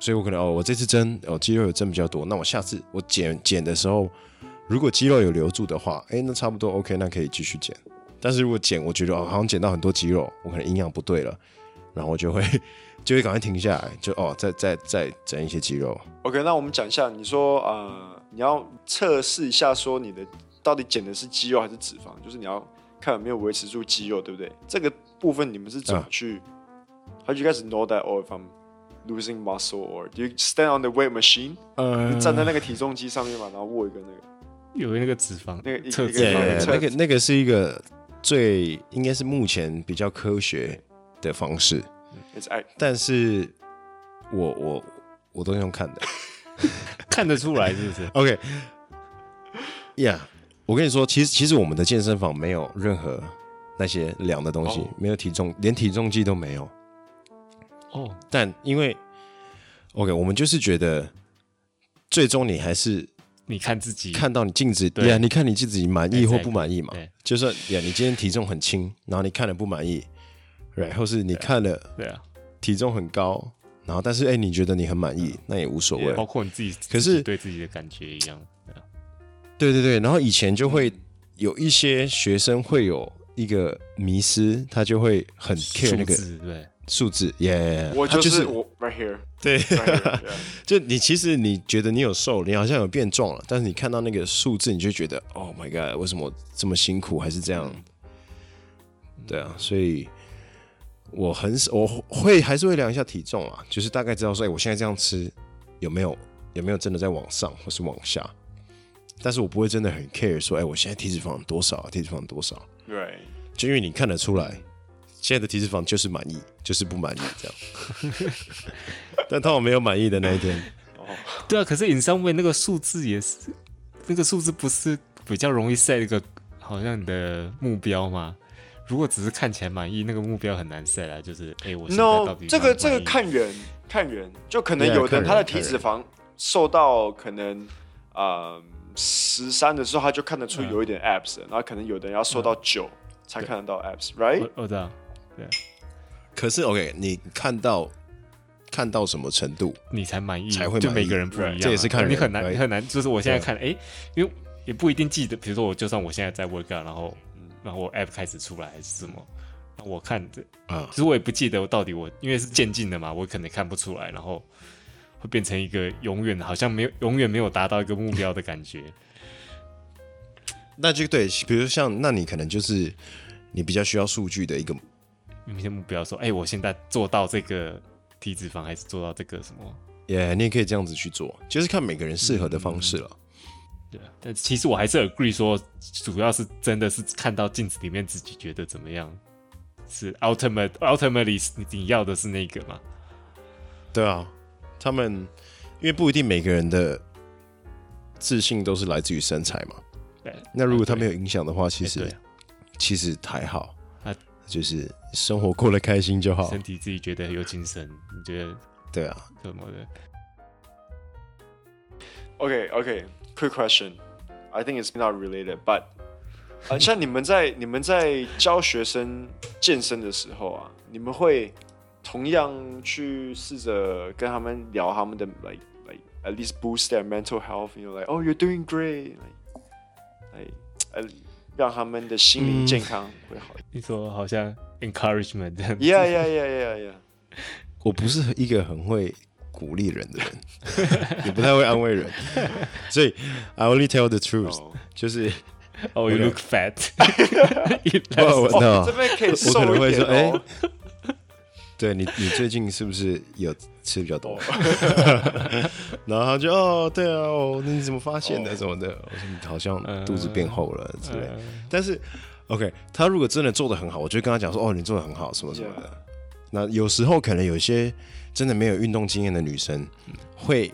S3: 所以我可能哦，我这次增哦肌肉有增比较多，那我下次我减减的时候，如果肌肉有留住的话，哎，那差不多 OK，那可以继续减。但是如果减，我觉得哦好像减到很多肌肉，我可能营养不对了，然后我就会 就会赶快停下来，就哦再再再整一些肌肉。
S1: OK，那我们讲一下，你说呃，你要测试一下，说你的到底减的是肌肉还是脂肪，就是你要看有没有维持住肌肉，对不对？这个部分你们是怎么
S3: 嗯
S1: 去、h o w do you guys know that or if I'm losing muscle or do you stand on the weight machine？、
S3: 呃
S1: 你站在那个体重机上面嘛，然后握一个那个，
S2: 有那个脂肪
S1: 那个一
S2: 测
S1: 一
S2: 脂
S1: 个
S2: 肪
S1: 对
S2: 的
S1: 对
S3: 那个那个是一个最应该是目前比较科学的方式，
S1: it's I
S3: 但是我我我都是用看的。
S2: 看得出来是不是？
S3: OK，Yeah，、我跟你说，其实其实我们的健身房没有任何那些量的东西
S1: 哦
S3: 没有体重，连体重计都没有。
S2: 哦，
S3: 但因为 OK，我们就是觉得，最终你还是
S2: 你看自己
S3: 看到你镜子，
S2: 对
S3: 呀，你看你自己满意
S2: Exactly，
S3: 或不满意嘛
S2: 对？
S3: 就算呀，你今天体重很轻，然后你看了不满意，然后是你看了
S2: 对啊，
S3: 体重很高，然后但是哎、你觉得你很满
S2: 嗯
S3: 意，那也无所谓。
S2: 包括你自己，
S3: 啊可是
S2: 自己对自己的感觉一样，对啊
S3: 对对对，然后以前就
S2: 嗯
S3: 会有一些学生会有一个迷失，他就会很 care 那个
S2: 数字对。
S3: 数字，耶、
S1: 我
S3: 他
S1: 就是我 right here，
S3: 对，
S1: right here，yeah
S3: 就你其实你觉得你有瘦，你好像有变壮了，但是你看到那个数字，你就觉得 Oh my God，为什么我这么辛苦还是这样？对啊，所以我很少我会还是会量一下体重啊，就是大概知道说，哎、我现在这样吃有没有有没有真的在往上或是往下？但是我不会真的很 care 说，哎、我现在体脂肪多少、啊，体脂肪多少，
S1: right。
S3: 就因为你看得出来，现在的体脂肪就是满意，就是不满意这样。 但当我没有满意的那一天。
S2: 对啊，可是 in some way 那个数字也是，那个数字不是比较容易 set 一个好像你的目标吗？如果只是看起来满意，那个目标很难 set 啊。就是哎、诶我现在到
S1: No，
S2: 底
S1: 这个
S2: 满不
S1: 这个
S2: 满意啊
S1: 看人看人，就可能
S3: Yeah，
S1: 有的
S3: 看
S1: 人
S3: 人
S1: 他的
S3: 看
S1: 体脂
S3: 人
S1: 肪瘦到可能呃十三的时候，他就看得出
S2: 嗯
S1: 有一点 abs，、然后可能有的人要瘦到九才看得到
S3: 哎
S1: abs，right？
S2: 我我知道，对啊，
S3: 可是 OK，你看到看到什么程度？
S2: 你才满意，
S3: 才会
S2: 就
S3: 满意
S2: 每个人不一样啊、
S3: 这也是看人
S2: 你很难
S3: right？
S2: 你很难，就是我现在看哎、诶因为也不一定记得，比如说我就算我现在在 workout，然后然后我 app 开始出来还是什么，我看这，
S3: 嗯
S2: 其实我也不记得我到底我因为是渐进的嘛，我可能看不出来，然后会变成一个永远好像没有永远没有达到一个目标的感觉。
S3: 那就对，比如像那你可能就是你比较需要数据的一个，
S2: 明天目标说，哎、我现在做到这个体脂肪，还是做到这个什么？
S3: 也、你也可以这样子去做，就是看每个人适合的方式了。
S2: 对啊，但其实我还是 agree 说，主要是真的是看到镜子里面自己觉得怎么样，是 ultimate ultimately 是你你要的是那个嘛？
S3: 对啊，他们因为不一定每个人的自信都是来自于身材嘛。
S2: 对，
S3: 那如果他没有影响的话，其
S2: 哎
S3: 实、
S2: 对啊
S3: 其实还好，
S2: 啊
S3: 就是生活过得开心就好
S2: 身。体自己觉得有精神，你觉得
S3: 对啊，
S2: 什么的？
S1: Okay, okay. Quick question. I think it's not related, but 啊，像 你们在你们在教学生健身的时候啊，你们会同样去试着跟他们聊他们的 like like at least boost their mental health. You know, like oh, you're doing great. Like, like 让他们的心灵健康会好。
S2: 你说好像 encouragement 这样
S1: Yeah, yeah, yeah, yeah, yeah.
S3: 我不是一个很会鼓励人的人， 也不太会安慰人，所以 I only tell the truth，、
S1: 哦
S3: 就是
S2: ，Oh you
S3: OK
S2: look fat，
S3: 不我
S1: 哦，这
S3: no，
S1: 边可以
S3: 我
S1: 瘦
S3: 可能
S1: 一
S3: 会说，
S1: 点
S3: 哎、
S1: 哦。
S3: 对你，你最近是不是有吃比较多？ 然后他就哦，对啊，哦，那你怎么发现的？什么的？我说你好像肚子变厚了之类。但是，OK，他如果真的做的很好，我就跟他讲说，哦，你做的很好，什么什么的。那有时候可能有些真的没有运动经验的女生，会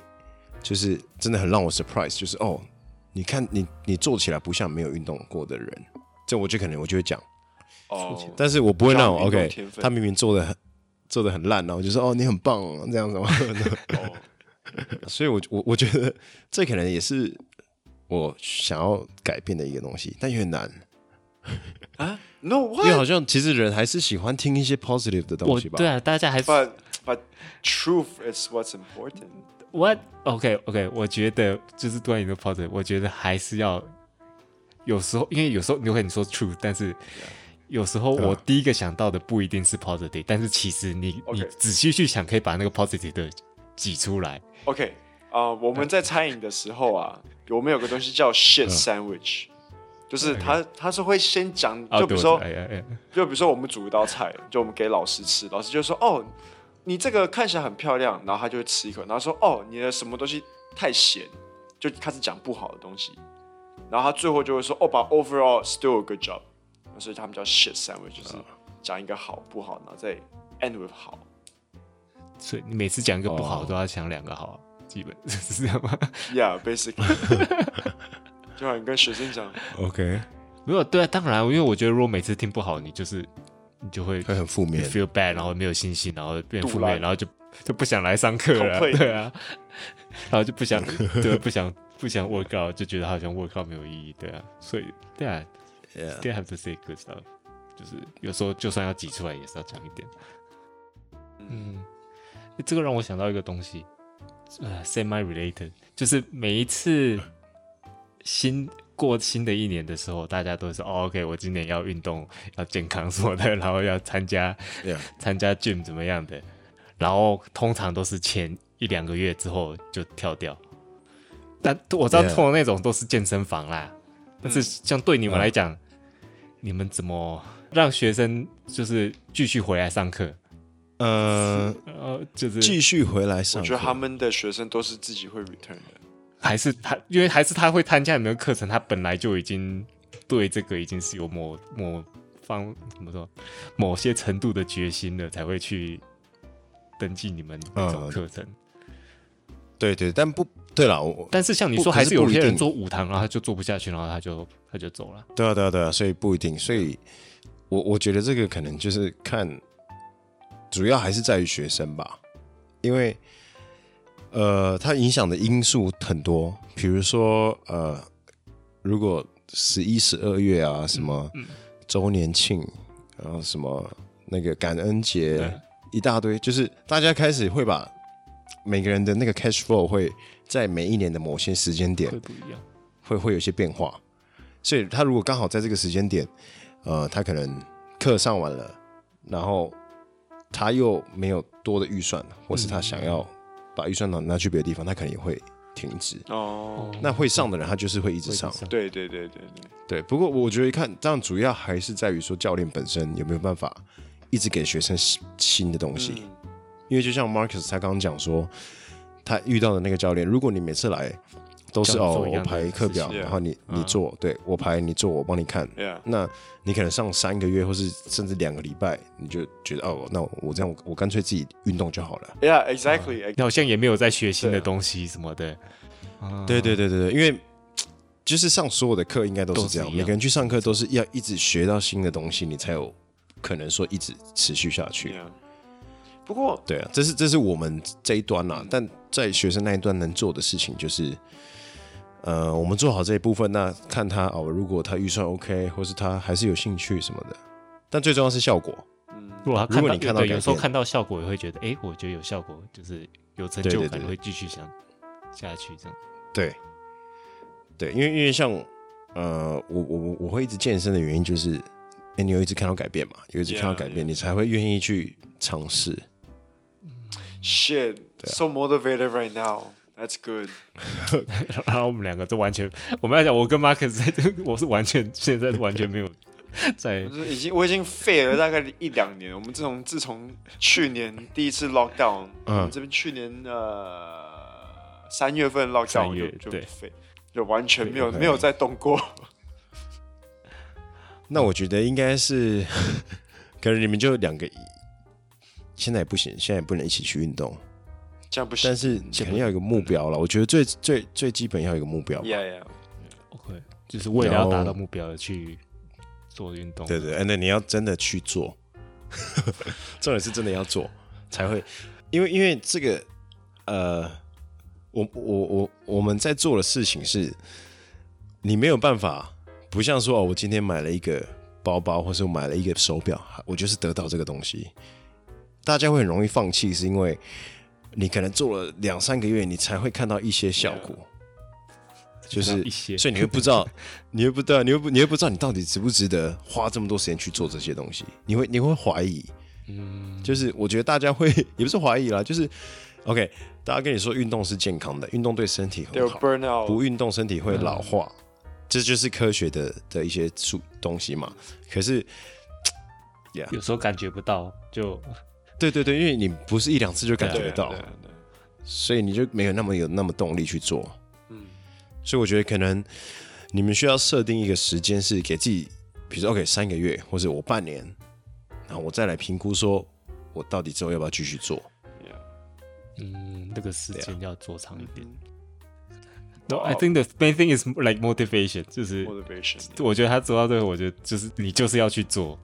S3: 就是真的很让我 surprise，就是哦，你看你你做起来不像没有运动过的人，这我就可能我就会讲。
S1: 哦，
S3: 但是我不会那种
S1: 比较没有
S3: OK，
S1: 天分
S3: 他明明做的很做的很烂，然后我就说哦你很棒哦这 样子嘛，
S1: 哦
S3: 所以我我我觉得这可能也是我想要改变的一个东西，但有点难，
S1: No,
S3: 因为
S1: what?
S3: 好像其实人还是喜欢听一些 positive 的东
S2: 我
S3: 西吧。
S2: 对啊，大家还是
S1: But but truth is what's important.
S2: What? OK OK，我觉得就是关于的 p o s i 我觉得还是要有时候，因为有时候你会你说 true，但是有时候我第一个想到的不一定是 positive，但是其实你你
S1: OK
S2: 仔细去想，可以把那个 positive 的挤出来。
S1: OK，啊、我们在餐饮的时候啊，我们有个东西叫 shit
S2: 嗯
S1: sandwich，、就是它它是会先讲，
S2: 哦，
S1: 就比如
S2: 对，
S1: 说，
S2: 我哎哎哎，
S1: 就比如说我们煮一道菜，就我们给老师吃，老师就说哦，你这个看起来很漂亮，然后他就会吃一口，然后说哦，你的什么东西太咸，就开始讲不好的东西，然后他最后就会说哦，把 overall still a good job，所以他们叫 shit sandwich，就是讲一个好不好，然后再 end with 好。
S2: 所以你每次讲一个不好，
S3: 哦
S2: 都要讲两个好，基本 是这样吗？
S1: Yeah, basically，就好像你跟学生讲，
S3: OK，
S2: 没有，对啊，当然，因为我觉得如果每次听不好，你就是你就 会
S3: 会很负面。
S2: feel bad，然后没有信心，然后变
S1: 杜
S2: 负
S1: 兰
S2: 面，然后就就不想来上课了，
S1: Complain
S2: 对啊，然后就不想对不想不想 work out，就觉得好像 work out 没有意义，对啊，所以对啊
S3: Yeah
S2: ，still have to say good stuff，就是有时候就算要挤出来，也是要讲一点。嗯，这个让我想到一个东西，呃，semi related，就是每一次新过新的一年的时候，大家都是哦，OK，我今年要运动，要健康什么的，然后要参加
S3: Yeah
S2: 参加 gym 怎么样的，然后通常都是前一两个月之后就跳掉。但我知道
S3: Yeah
S2: 通常那种都是健身房啦，但是像对你们来讲，你们怎么让学生就是继续回来上课？
S3: 呃，
S2: 呃，就是
S3: 继续回来上
S1: 我
S3: 课，
S1: 觉得他们的学生都是自己会 return 的。
S2: 还是他，因为还是他会参加你们的课程，他本来就已经对这个已经是有某某方怎么说某些程度的决心了，才会去登记你们那种
S3: 嗯
S2: 课程。
S3: 对对，但不对啦，我
S2: 但是像你
S3: 不
S2: 说，
S3: 可
S2: 还
S3: 是
S2: 是有
S3: 不一
S2: 些人
S3: 定
S2: 做五堂，然后他就做不下去，然后他就他就走了。
S3: 对啊，对啊，对啊，所以不一定，所以我我觉得这个可能就是看，主要还是在于学生吧，因为呃，它影响的因素很多，比如说呃，如果十一、十二月啊，什么周年庆，然后什么那个感恩节，一大堆，就是大家开始会把每个人的那个 cash flow 会在每一年的某些时间点
S2: 会不一样。
S3: 会会有一些变化。所以他如果刚好在这个时间点，呃，他可能课上完了，然后他又没有多的预算，或是他想要把预算拿拿去别的地方，他可能也会停止。
S1: 哦，
S3: 那会上的人，他就是会一直
S2: 会
S3: 上。
S2: 上
S1: 对对对对对，
S3: 对，不过我觉得看，当然主要还是在于说教练本身有没有办法一直给学生新新的东西，
S1: 嗯
S3: 因为就像 Marcus 他刚刚讲说，他遇到的那个教练，如果你每次来都是
S2: 教你
S3: 哦
S2: 做一
S3: 我
S2: 样的嗯
S3: 排课表，
S1: 事情
S3: 然后你你做，对我排你做，我帮你看，
S1: ，Yeah，
S3: 那你可能上三个月或是甚至两个礼拜，你就觉得哦，那我这样我我干脆自己运动就好了。
S1: Yeah, exactly. ex-
S2: 你好像也没有在学新的
S1: 对啊
S2: 东西什么的，
S3: 对对对对对，因为就是上所有的课应该都是这
S2: 嗯都是一
S3: 样，
S2: 样
S3: 每个人去上课都是要一直学到新的东西，你才有可能说一直持续下去。
S1: Yeah. 不过，
S3: 对啊，这是这是我们这一端啦、啊但在学生那一端能做的事情就是，呃，我们做好这一部分，那看他哦，如果他预算 OK，或是他还是有兴趣什么的，但最重要是效果。
S1: 嗯
S2: 如果他
S3: 啊如果你看到
S2: 对
S3: 改
S2: 有时候
S3: 变
S2: 看到效果，也会觉得，哎，我觉得有效果，就是有成
S3: 对
S2: 就
S3: 对
S2: 感，
S3: 对
S2: 会继续想下去这样。
S3: 对，对，因为因为像呃，我我我我会一直健身的原因就是，哎、你有一直看到改变嘛，有一直看到
S1: Yeah,
S3: 改变你才会愿意去尝试。
S1: shit,
S3: 啊
S1: so motivated right now. That's good.
S2: 然后我们两个都完全，我们要讲，我跟 Marcus 在这，我是完全现在完全没有在
S1: 我，是已经我已经废了大概一两年。我们自从自从去年第一次 lockdown，
S3: 嗯
S1: 我们这边去年呃三月份 lockdown
S2: 三月
S1: 就
S2: 对
S1: 就废，就完全没有
S3: 对
S1: 没有再动过。
S3: 那我觉得应该是， 可能你们就两个，现在也不行，现在也不能一起去运动，
S1: 这样不行
S3: 但。是肯定要有一个目标了。我觉得最最最基本要有一个目标吧。
S1: Yeah, yeah.
S2: OK，就是为了要达
S3: 然
S2: 到
S3: 后
S2: 目标而去做运动。
S3: 对对，哎那你要真的去做， 重点是真的要做才会，因为因为这个呃，我我我我们在做的事情是，你没有办法，不像说哦，我今天买了一个包包，或是我买了一个手表，我就是得到这个东西，大家会很容易放弃，是因为你可能做了两三个月，你才会看到一些效果。就是
S2: 一些
S3: 所以你会不知道， 你会不知道，你会不，你会不知道你到底值不值得花这么多时间去做这些东西，你会你会怀疑，嗯，就是我觉得大家会 也不是怀疑啦，就是 OK，大家跟你说运动是健康的，运动对身体
S1: They'll
S3: 很好，
S1: burn
S3: 不
S1: out.
S3: 运动身体会老化，这就是科学的的一些数东西嘛。可是，
S2: 有时候感觉不到，就
S3: 对对对，因为你不是一两次就感觉
S1: 对
S3: 得到
S1: 对，对
S3: 所以你就没有那么有那么动力去做。
S1: 嗯
S3: 所以我觉得可能你们需要设定一个时间，是给自己，比如说 OK 三个月，或者我半年，然后我再来评估说我到底之后要不要继续做。
S1: ，Yeah.
S2: 嗯，那个时
S3: 啊
S2: 间要做长一
S3: 嗯
S2: 点。No,
S1: 哦
S2: I think the main thing is like motivation，就是。
S1: Motivation.
S2: 我觉得他做到这个，我觉得就是你就是要去做，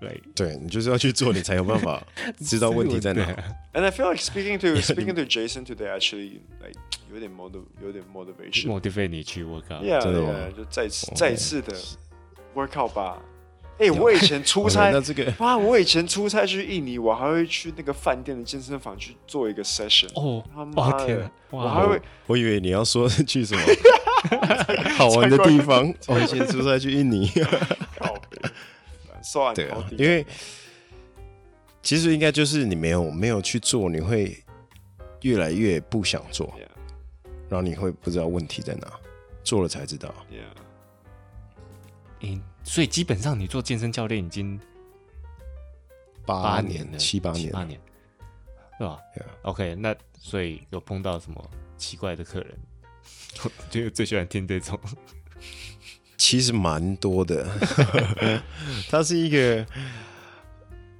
S2: 对，
S3: 对你就是要去做，你才有办法知 道问题在
S2: 对
S3: 哪。
S2: 啊
S1: And I feel like speaking to speaking to Jason today actually like 有点 motiv 有点 motivation.
S2: motivate 你去 work out。
S1: Yeah,
S3: 真的吗 Oh,
S1: yeah，就再一次再一次的 workout 吧。哎、我以前出
S3: OK，
S1: 差
S3: 那，这个
S1: 哇，我以前出差去印尼，我还会去那个饭店的健身房去做一个 session。
S3: Oh，
S2: 哦
S1: 他，妈
S2: 哇天
S1: 的
S2: 啊，，
S1: 我还
S2: 哇，
S1: 会
S3: 我以为你要说 去什么好玩的地方， 我以前出差去印 尼。
S1: 靠背，受完
S3: 对
S1: 高
S3: 啊，
S1: 低
S3: 因为其实应该就是你没有没有去做，你会越来越不想做
S1: Yeah.
S3: 然后你会不知道问题在哪，做了才知道。
S1: yeah，
S2: 诶所以基本上你做健身教练已经
S3: 八
S2: 八
S3: 年
S2: 了，
S3: 七八年
S2: 八年，对吧
S3: Yeah
S2: ？OK，那所以有碰到什么奇怪的 客人？我就最喜欢听这种，
S3: 其实蛮多 的。它是一个，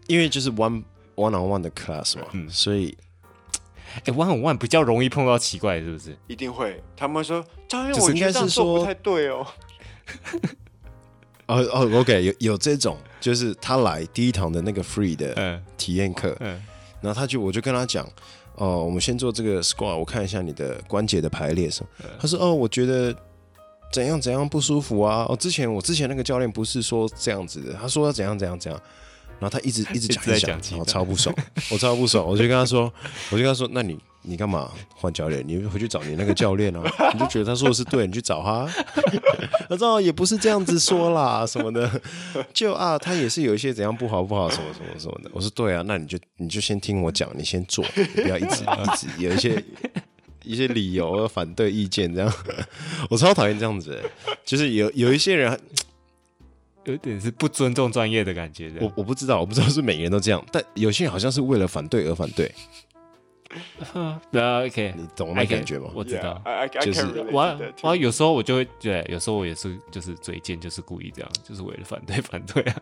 S3: 因为就是 one one on one 的 class 嘛，所以
S2: 哎，one on one 比较容易碰到奇怪，是不是？
S1: 一定会。他们会说，教练，
S3: 就是
S1: 我觉
S3: 应该
S1: 得
S3: 是
S1: 这样做不
S3: 说
S1: 太对哦。
S3: 哦哦，OK，有有这种，就是他来第一堂的那个 free 的
S2: 嗯
S3: 体验课，
S2: 嗯，
S3: 然后他就我就跟他讲，哦，我们先做这个 squat，我看一下你的关节的排列什么。他说，哦，我觉得怎样怎样不舒服啊。哦，之前我之前那个教练不是说这样子的，他说要怎样怎样怎样。然后他一直一直讲
S2: 一直在
S3: 一直讲
S2: 讲，其
S3: 然后
S2: 他
S3: 超不爽，我超不爽，我就跟他说， 我就跟他说，那你你干嘛换教练？你回去找你那个教练啊， 你就觉得他说的是对，你去找他。啊 他说哦也不是这样子说啦，什么的，就啊，他也是有一些怎样不好不好，什么什么什么的。我说对啊，那你就你就先听我讲，你先做，你不要一直一直有一些一些理由反对意见这样。我超讨厌这样子的、就是有有一些人，
S2: 有点是不尊重专业的感觉的。
S3: 我我不知道，我不知道是每个人都这样，但有些人好像是为了反对而反对，
S2: 那啊 OK，
S3: 你懂那
S2: I can-
S3: 感觉吗
S2: 我知道
S1: Yeah,。I I I
S3: 就
S1: can
S3: 是
S1: relate to
S2: 我
S1: that
S2: 我
S1: too.
S2: 有时候我就会对，有时候我也是就是嘴贱，就是故意这样，就是为了反对反对啊。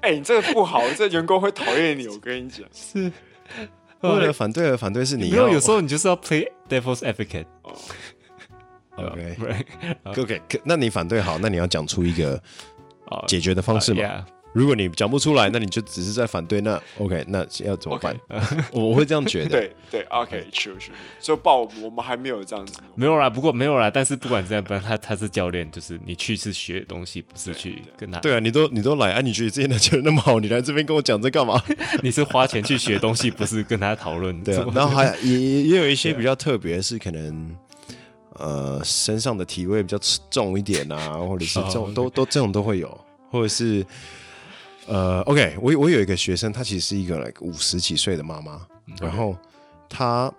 S1: 哎、你这个不好，这员工会讨厌你。我跟你讲，
S3: 为了反对而反对是你
S2: 没有，
S3: 要
S2: 有时候你就是要 play devil's advocate，
S1: 哦
S3: OK
S2: 对呃
S3: OK，可那你反对好，那你要讲出一个
S2: 啊，
S3: 解决的方式嘛。
S2: Yeah，
S3: 如果你讲不出来，那你就只是在反对。那 OK，那要怎么办
S1: OK
S2: 呃
S3: 我我会这样 觉得。
S1: 对对，OK，true、true。所以报我们还没有这样子。
S2: 没有啦，不过没有啦，但是不管怎样，不然他他是教练，就是你去是学东西，不是去跟他。
S3: 对啊，你都你都来啊，你觉得自己的球那么好，你来这边跟我讲这干嘛？
S2: 你是花钱去学东西，不是跟他讨论。
S3: 对
S2: 什
S3: 啊
S2: 么，
S3: 然后还也也也有一些比较特别，是可能呃身上的体味比较重一点啊，或者是这种都都这种都会有，或者是呃，OK，我我有一个学生，她其实是一个五十几岁的妈妈，然后她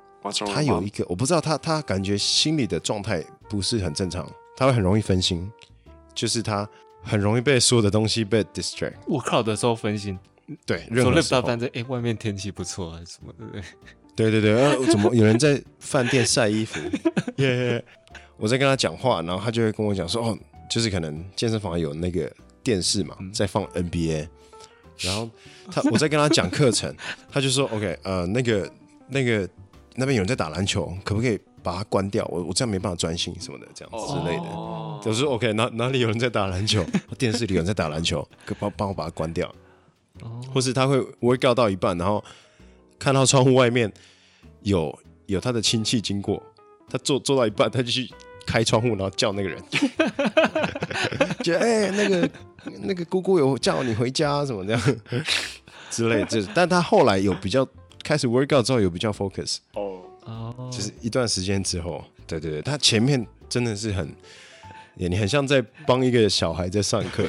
S3: 她有一个我不知道她她感觉心理的状态不是很正常，她会很容易分心，就是她很容易被所有的东西被 distract，
S2: 我靠的时候分心，
S3: 对，任
S2: 走
S3: 何
S2: 了
S3: 时
S2: 大
S3: 候
S2: 半在哎，外面天气不错啊，什么的。
S3: 对对对，呃，怎么有人在饭店晒衣服？耶耶我在跟他讲话，然后他就会跟我讲说，哦，就是可能健身房有那个电视嘛，在放 NBA，然后他我在跟他讲课程，他就说，OK，呃，那个那个那边有人在打篮球，可不可以把它关掉？我我这样没办法专心什么的，这样之类的。
S1: 哦
S3: 我说 OK，哪哪里有人在打篮球？ 电视里有人在打篮球，可帮帮我把它关掉。或是他会 work out 到一半，然后看到窗户外面有有他的亲戚经过，他坐坐到一半，他就去开窗户，然后叫那个人，就哎、那个那个姑姑有叫你回家什么这样之类的，就是，但他后来有比较开始 work out 之后有比较 focus，
S1: 哦，
S2: 哦，
S3: 就是一段时间之后，对对对，他前面真的是很，也你很像在帮一个小孩在上课，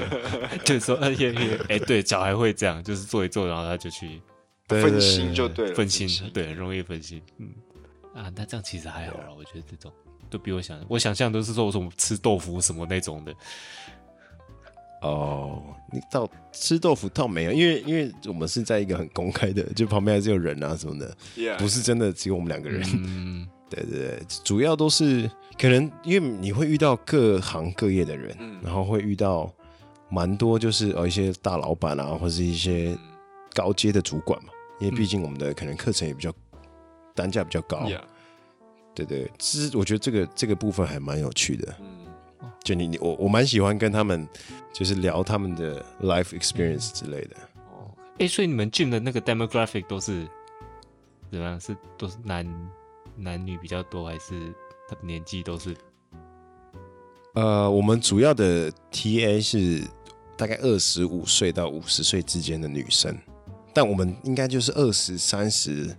S2: 就是说，哎也也哎，对，小孩会这样，就是做一做，然后他就去
S3: 对
S1: 分心就对了，
S2: 分心，对，很容易分心。嗯，啊，那这样其实还好啦，我觉得这种都比我想，我想象都是说我什么吃豆腐什么那种的。
S3: 哦，你到吃豆腐倒没有，因为因为我们是在一个很公开的，就旁边还是有人啊什么的，
S1: Yeah，
S3: 不是真的只有我们两个人。
S2: 嗯，
S3: 对对对，主要都是可能因为你会遇到各行各业的人，然后会遇到蛮多就是呃一些大老板啊，或是一些高阶的主管嘛，因为毕竟我们的可能课程也比较单价比较高。
S1: Yeah，
S3: 对对，其实我觉得这个这个部分还蛮有趣的。
S1: 嗯，
S3: 就你你我我蛮喜欢跟他们就是聊他们的 life experience 之类的。
S2: 哎，所以你们进的那个 demographic 都是怎么样？是都是男男女比较多，还是他们年纪都是
S3: 呃，我们主要的 TA 是大概二十五岁到五十岁之间的女生，但我们应该就是二十三十、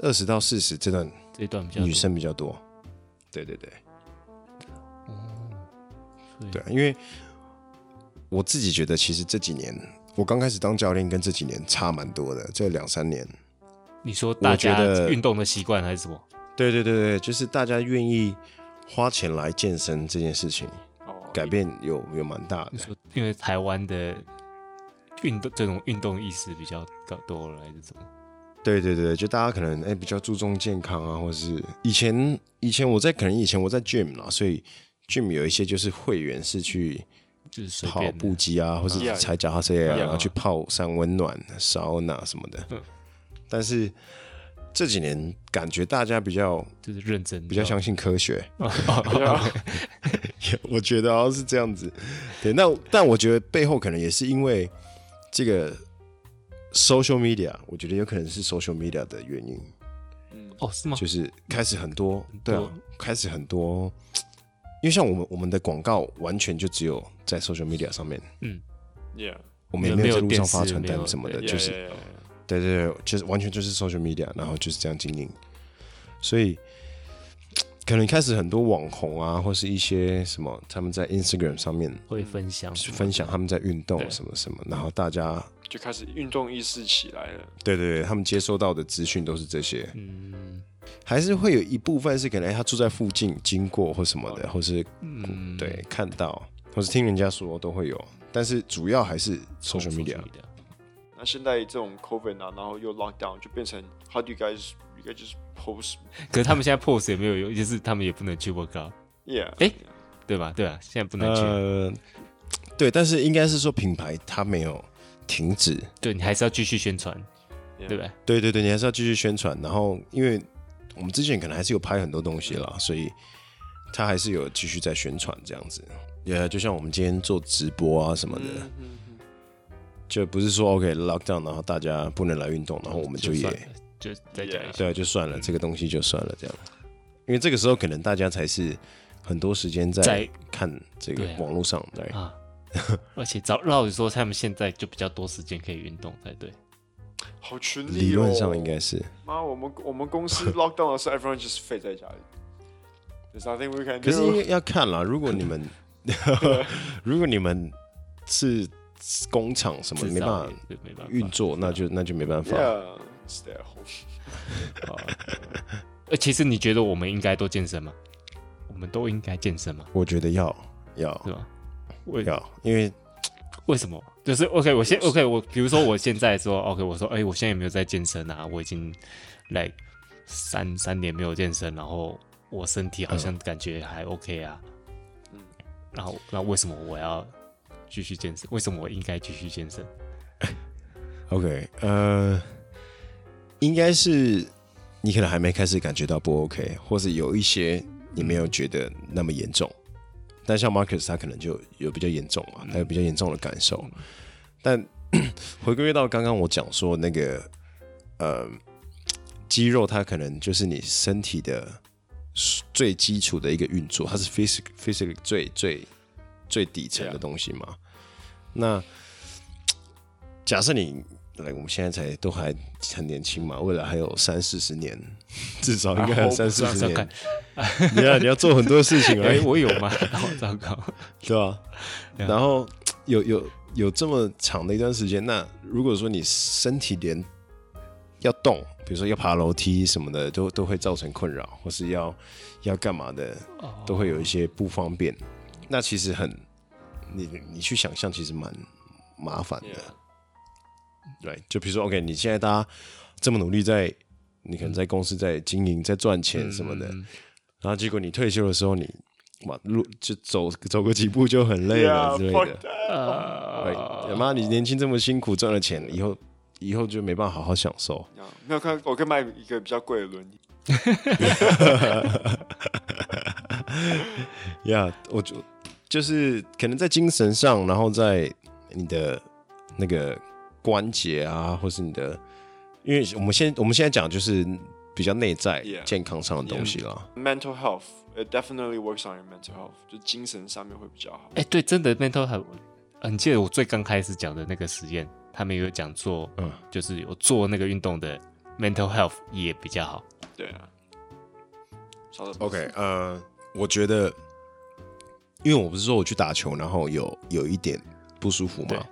S3: 二十到四十这段
S2: 这一段比较多
S3: 女？生比较多。对对对
S2: 哦所以
S3: 对啊，因为我自己觉得，其实这几年我刚开始当教练跟这几年差蛮多的，这两三年。
S2: 你说大
S3: 我觉
S2: 家
S3: 得
S2: 运动的习惯还是什么？
S3: 对对对对，就是大家愿意花钱来健身这件事情，
S1: 哦，
S3: 改变有有蛮大的
S2: 你。说因为台湾的运动这种运动意识比较高多了，还是怎么？
S3: 对对对，就大家可能哎、比较注重健康啊，或者是以前以前我在可能以前我在 gym 啦，所以 gym 有一些就是会员是去
S2: 就是随
S3: 跑
S2: 便的
S3: 步机啊，或者是
S1: Yeah
S3: 踩脚踏车啊，
S2: Yeah
S3: 然后去泡山温暖、烧那什么的。
S2: 嗯
S3: 但是这几年感觉大家比较
S2: 就是认真，
S3: 比较相信科学，
S2: 嗯
S1: Yeah
S3: 我觉得好像是这样子。对，那但我觉得背后可能也是因为这个 social media，我觉得有可能是 social media 的原因。
S1: 嗯
S2: 哦，是吗？
S3: 就是开始很多，对
S2: 多
S3: 啊，开始很多，因为像我们我们的广告完全就只有在 social media 上面，
S1: yeah，
S3: 我们也
S2: 没
S3: 没
S2: 有
S3: 有在路上
S2: 电视
S3: 发传
S2: 没有
S3: 单什么的，
S2: 对
S3: 就是
S1: Yeah, yeah, yeah,
S3: 对对对，就是完全就是 social media，然后就是这样经营，所以可能开始很多网红啊，或是一些什么，他们在 Instagram 上面
S4: 会分享
S3: 去分享他们在运动
S4: 对
S3: 什么什么，然后大家
S1: yeah 就开始运动意识起来了。
S3: 对对对，他们接收到的资讯都是这些，
S4: 嗯，
S3: 还是会有一部分是可能哎他住在附近经过或什么
S4: 哦
S3: 的，或是
S2: 嗯，
S3: 对看到，或是听人家说都会有，但是主要还是 social media。
S1: 那现在这种 COVID 啊，然后又 lockdown，就变成 how do you guys you guys just post
S2: 可是他们现在 pose 也没有用，就是他们也不能去 workout，
S1: yeah？
S2: 诶对吧？对啊，现在不能去，
S3: 呃，对，但是应该是说品牌它没有停止，
S2: 对你还是要继续宣传，
S1: Yeah
S2: 对不对？
S3: 对对对，你还是要继续宣传。然后，因为我们之前可能还是有拍很多东西啦，所以他还是有继续在宣传这样子。也就像我们今天做直播啊什
S1: 嗯
S3: 么的，
S2: 嗯
S3: 就不是说 OK lockdown，然后大家不能来运动，然后我们就也
S2: 算了就再讲一下，
S3: 对啊，就算了，这个东西就算了这样。因为这个时候可能大家才是很多时间在
S2: 在
S3: 看这个
S2: 对啊
S3: 网络上，对，
S2: 啊。而且早老实说，他们现在就比较多时间可以运动才对。
S1: 好群力、哦、
S3: 理论上应该是。
S1: 妈，我们我们公 司 lockdown 的时候，everyone just 废在家里。There's nothing we can do。
S3: 可是因为要看啦，如果你们如果你们是工厂什么
S2: 制
S3: 没
S2: 造
S3: 办
S2: 业
S3: 法
S2: 对没办法
S3: 运作，那就那就没办法。
S1: yeah，stay at home。
S2: 啊呃，其实你觉得我们应该都健身吗？我们都应该健身吗？
S3: 我觉得要
S2: 是
S3: 要
S2: 吧？为
S3: 要，因为
S2: 为什么？就是 OK，我现 OK，我比如说我现在说 OK，我说哎、我现在也没有在健身啊，我已经来三三年没有健身，然后我身体好像感觉还 OK 啊，
S3: 嗯
S2: 然后那为什么我要继续健身？为什么我应该继续健身？
S3: OK，呃，应该是你可能还没开始感觉到不 OK，或是有一些你没有觉得那么严重，但像 Marcus 他可能就有比较严重嘛，他有比较严重的感受。但 回归到刚刚我讲说那个，呃，肌肉它可能就是你身体的最基础的一个运作，它是 physic physic 最最最底层的
S1: Yeah
S3: 东西嘛。那假设你来，我们现在才都还很年轻嘛，未来还有三四十年，至少应该
S2: 啊
S3: 还有
S1: I hope
S3: 三四十
S2: 是要
S3: 年
S2: 看，
S3: 你要你要做很多事情而
S2: 哎、
S3: 已，
S2: 我有吗？我糟糕，
S3: 对吧、然后有有有这么长的一段时间，那如果说你身体连要动，比如说要爬楼梯什么的，都都会造成困扰，或是要要干嘛的，都会有一些不方便。那其实很，你你去想象，其实蛮麻烦的。对，就比如说，OK，你现在大家这么努力在，你可能在公司在经营、在赚钱什么的，然后结果你退休的时候你，哇，路就走走个几步就很累了之类
S1: Yeah，fuck
S3: 的。对，哎妈，你年轻这么辛苦赚了钱，以后以后就没办法好好享受。
S1: Yeah，没有看，我可以卖一个比较贵的轮椅。
S3: 呀、我就就是可能在精神上，然后在你的那个关节啊，或是你的，因为我们现我们现在讲就是比较内在
S1: Yeah
S3: 健康上的东西啦。
S1: Mental health, it definitely works on your mental health，就精神上面会比较好。
S2: 哎、对，真的 mental health，呃你记得我最刚开始讲的那个实验，他们有讲做，
S3: 嗯
S2: 就是有做那个运动的 mental health 也比较好。
S1: 对啊。稍等
S3: OK，呃，我觉得，因为我不是说我去打球，然后有有一点不舒服
S2: 对
S3: 嘛，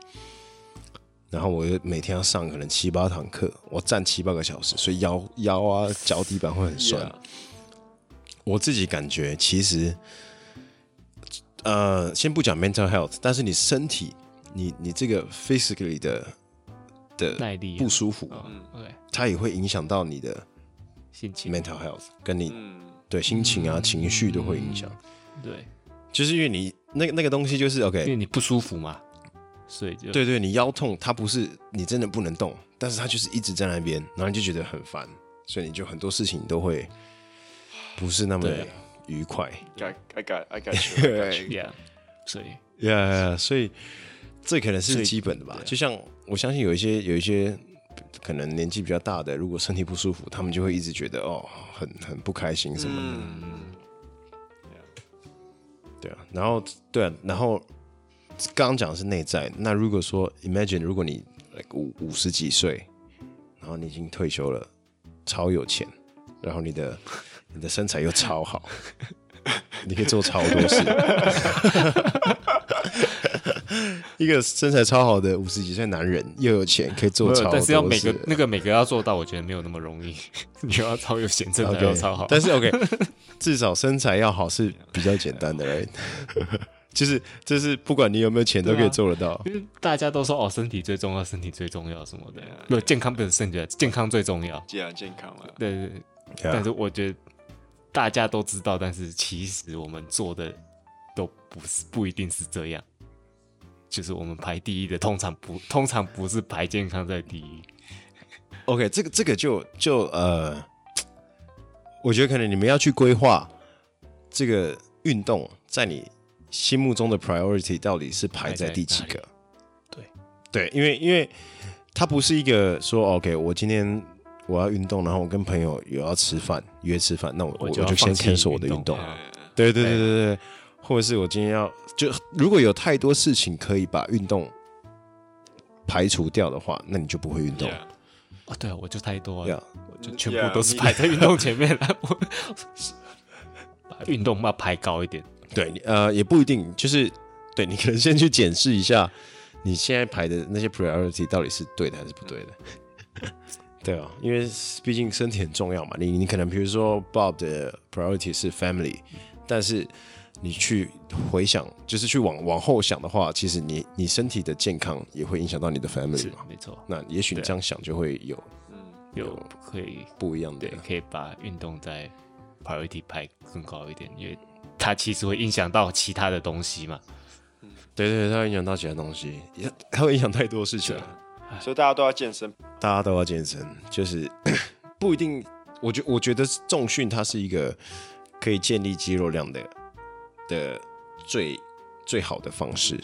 S3: 然后我又每天要上可能七八堂课，我站七八个小时，所以腰腰啊脚底板会很酸。
S1: Yeah
S3: 我自己感觉其实，呃，先不讲 mental health，但是你身体，你你这个 physically 的
S2: 耐力啊
S3: 不舒服，
S2: OK，
S3: 它也会影响到你的
S2: 心情
S3: mental health，跟你、
S1: 嗯，
S3: 对心情啊、情绪都会影响。
S2: 对，
S3: 就是因为你那个那个东西就是 OK，
S2: 因为你不舒服嘛，所以就
S3: 对对，你腰痛，它不是你真的不能动，但是它就是一直在那边，然后你就觉得很烦，所以你就很多事情都会不是那么
S2: 对
S3: 愉快。
S1: I I got I got you，I got you。
S2: ，Yeah，所以
S3: 呀，所以这可能
S2: 所
S3: 是
S2: 以
S3: 基本的吧。就像我相信有一些有一些可能年纪比较大的，如果身体不舒服，他们就会一直觉得哦，很很不开心什么的。对啊，然后对啊，然后刚刚讲的是内在。那如果说 imagine，如果你 like 五五十几岁，然后你已经退休了，超有钱，然后你的你的身材又超好，你可以做超多事。 一个身材超好的五十几岁男人，又有钱，可以做
S2: 没
S3: 超
S2: 有，
S3: 多事。
S2: 但是要每个那个每个要做到，我觉得没有那么容易。 你要超有显真的
S3: OK，
S2: 要超好，
S3: 但是 OK，至 少身材要好是比较简单的，right？就是就是不管你有没有钱都可以做得到。
S2: 因为大家都说哦，身体最重要，身体最重要什么的，没有健康不是身体，健康最重要。
S1: 既然健康了，
S2: 对对对，啊
S3: Yeah
S2: 但是我觉得大家都知道，但是其实我们做的都不是不一定是这样。就是我们排第一的，通常不通常不是排健康在第一。
S3: OK，这个这个就就呃，我觉得可能你们要去规划这个运动在你心目中的 priority 到底是排在第几个？
S2: 对
S3: 对，因为因为它不是一个说 OK，我今天我要运动，然后我跟朋友有要吃饭约吃饭，那我
S2: 我
S3: 我
S2: 就要
S3: 就先
S2: 放弃
S3: cancel 我的
S2: 运动
S3: 运动
S2: 啊。
S3: 对对对对对，或者是我今天要就如果有太多事情可以把运动排除掉的话，那你就不会运动。
S1: Yeah
S2: 哦，对啊，我就太多了
S3: Yeah
S2: 我就全
S1: Yeah，
S2: 部都是
S1: 你
S2: 排在运 动前面了。我把运动嘛排高一点，
S3: 对，你呃，也不一定，就是对你可能先去检视一下你现在排的那些 priority 到底是对的还是不对的。 对啊，因为毕竟身体很重要嘛。你你可能比如说 Bob 的 priority 是 family，但是你去回想，就是去往往后想的话，其实你你身体的健康也会影响到你的 family 嘛。
S2: 没错，
S3: 那也许你这样想就会有啊
S2: 有可以
S3: 不一样的
S2: 对，可以把运动在 priority 排更高一点，因为它其实会影响到其他的东西嘛。
S3: 对对，对它会影响到其他东西，也它会影响太多事情了。
S1: 所以大家都要健身。
S3: 大家都要健身，就是 不一定。我觉我觉得重训它是一个可以建立肌肉量的的最最好的方式，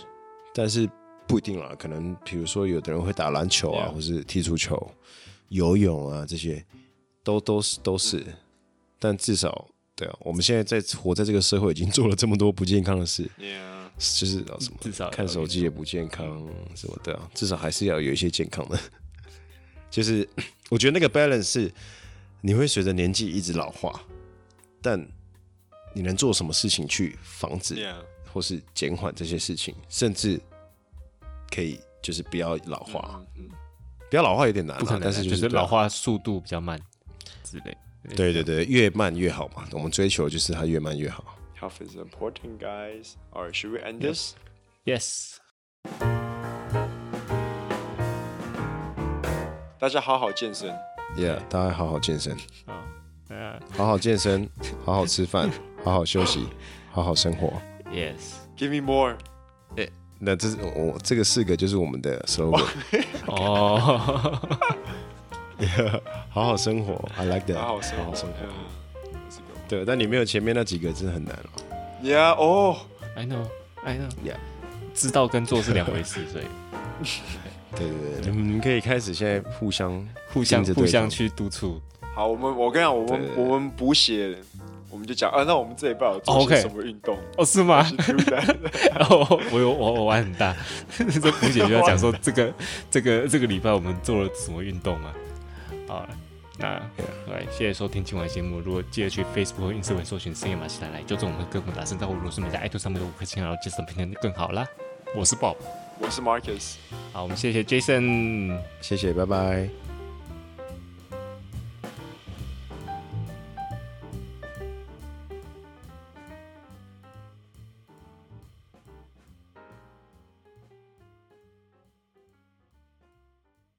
S3: 但是不一定啦。可能比如说有的人会打篮球啊
S1: Yeah.
S3: 或是踢足球、游泳啊这些，都都是都是。但至少对啊，我们现在在活在这个社会，已经做了这么多不健康的事，
S1: Yeah，
S3: 就是啊什么
S2: 至少
S3: 看
S2: 要
S3: 手机也不健康
S2: 嗯
S3: 什么的、啊，至少还是要有一些健康的。 就是 我觉得那个 balance 是你会随着年纪一直老化，但你能做什么事情去防止
S2: 啊
S1: Yeah
S3: 或是减缓这些事情，甚至可以就是不要老化，不要老化有点难、
S2: 嗯不可
S3: 啊
S2: 能，，
S3: 但是
S2: 就是是
S3: 对啊
S2: 老。化速度比较慢之类。
S3: 对对对，越慢越好嘛。我们追求就是它越慢越好。
S1: Health is important, guys. Alright, should we end this?
S2: Yes，
S1: 大家好好健身。
S3: Yeah，大家好好健身。
S2: 啊，呃
S3: 好好健 身，好好吃饭，好好休息，好好生活。
S2: ，Yes，
S1: Give me more.
S3: 那这是我我这个四个就是我们 的 slogan，
S2: 哦，
S3: 好好生活，I like that，
S1: 好好生活
S3: 好好生活。
S1: Yeah. 这是个
S3: 对，但你没有前面那几个真的很难哦。
S1: Yeah，哦、oh.
S2: I know，I know，
S3: Yeah，
S2: 知道跟做是两回事， 所以
S3: 对对嗯对，你们你们可以开始现在互相
S2: 互相
S3: 盯着对方
S2: 互相去督促。
S1: 好，我们我跟你讲，我们我们补写，我们就讲啊，那我们这一半有做
S2: OK
S1: 些什么运动
S2: 哦，是吗？
S1: 去 do that
S2: 哦，我有我我玩很大， 这补姐就要讲说这 个这个这个礼拜我们做了什么运动啊嘛？好了，那来谢谢收听今晚的节目。如果记得去 Facebook 和 Instagram 搜寻深夜马戏团来，就跟我们跟我们打声招呼。如果是你在 iTunes 上面的五颗星，然后介绍评论更好啦。我是 Bob，
S1: 我是 Marcus。
S2: 好，我们谢谢 Jason。
S3: 谢谢，拜拜。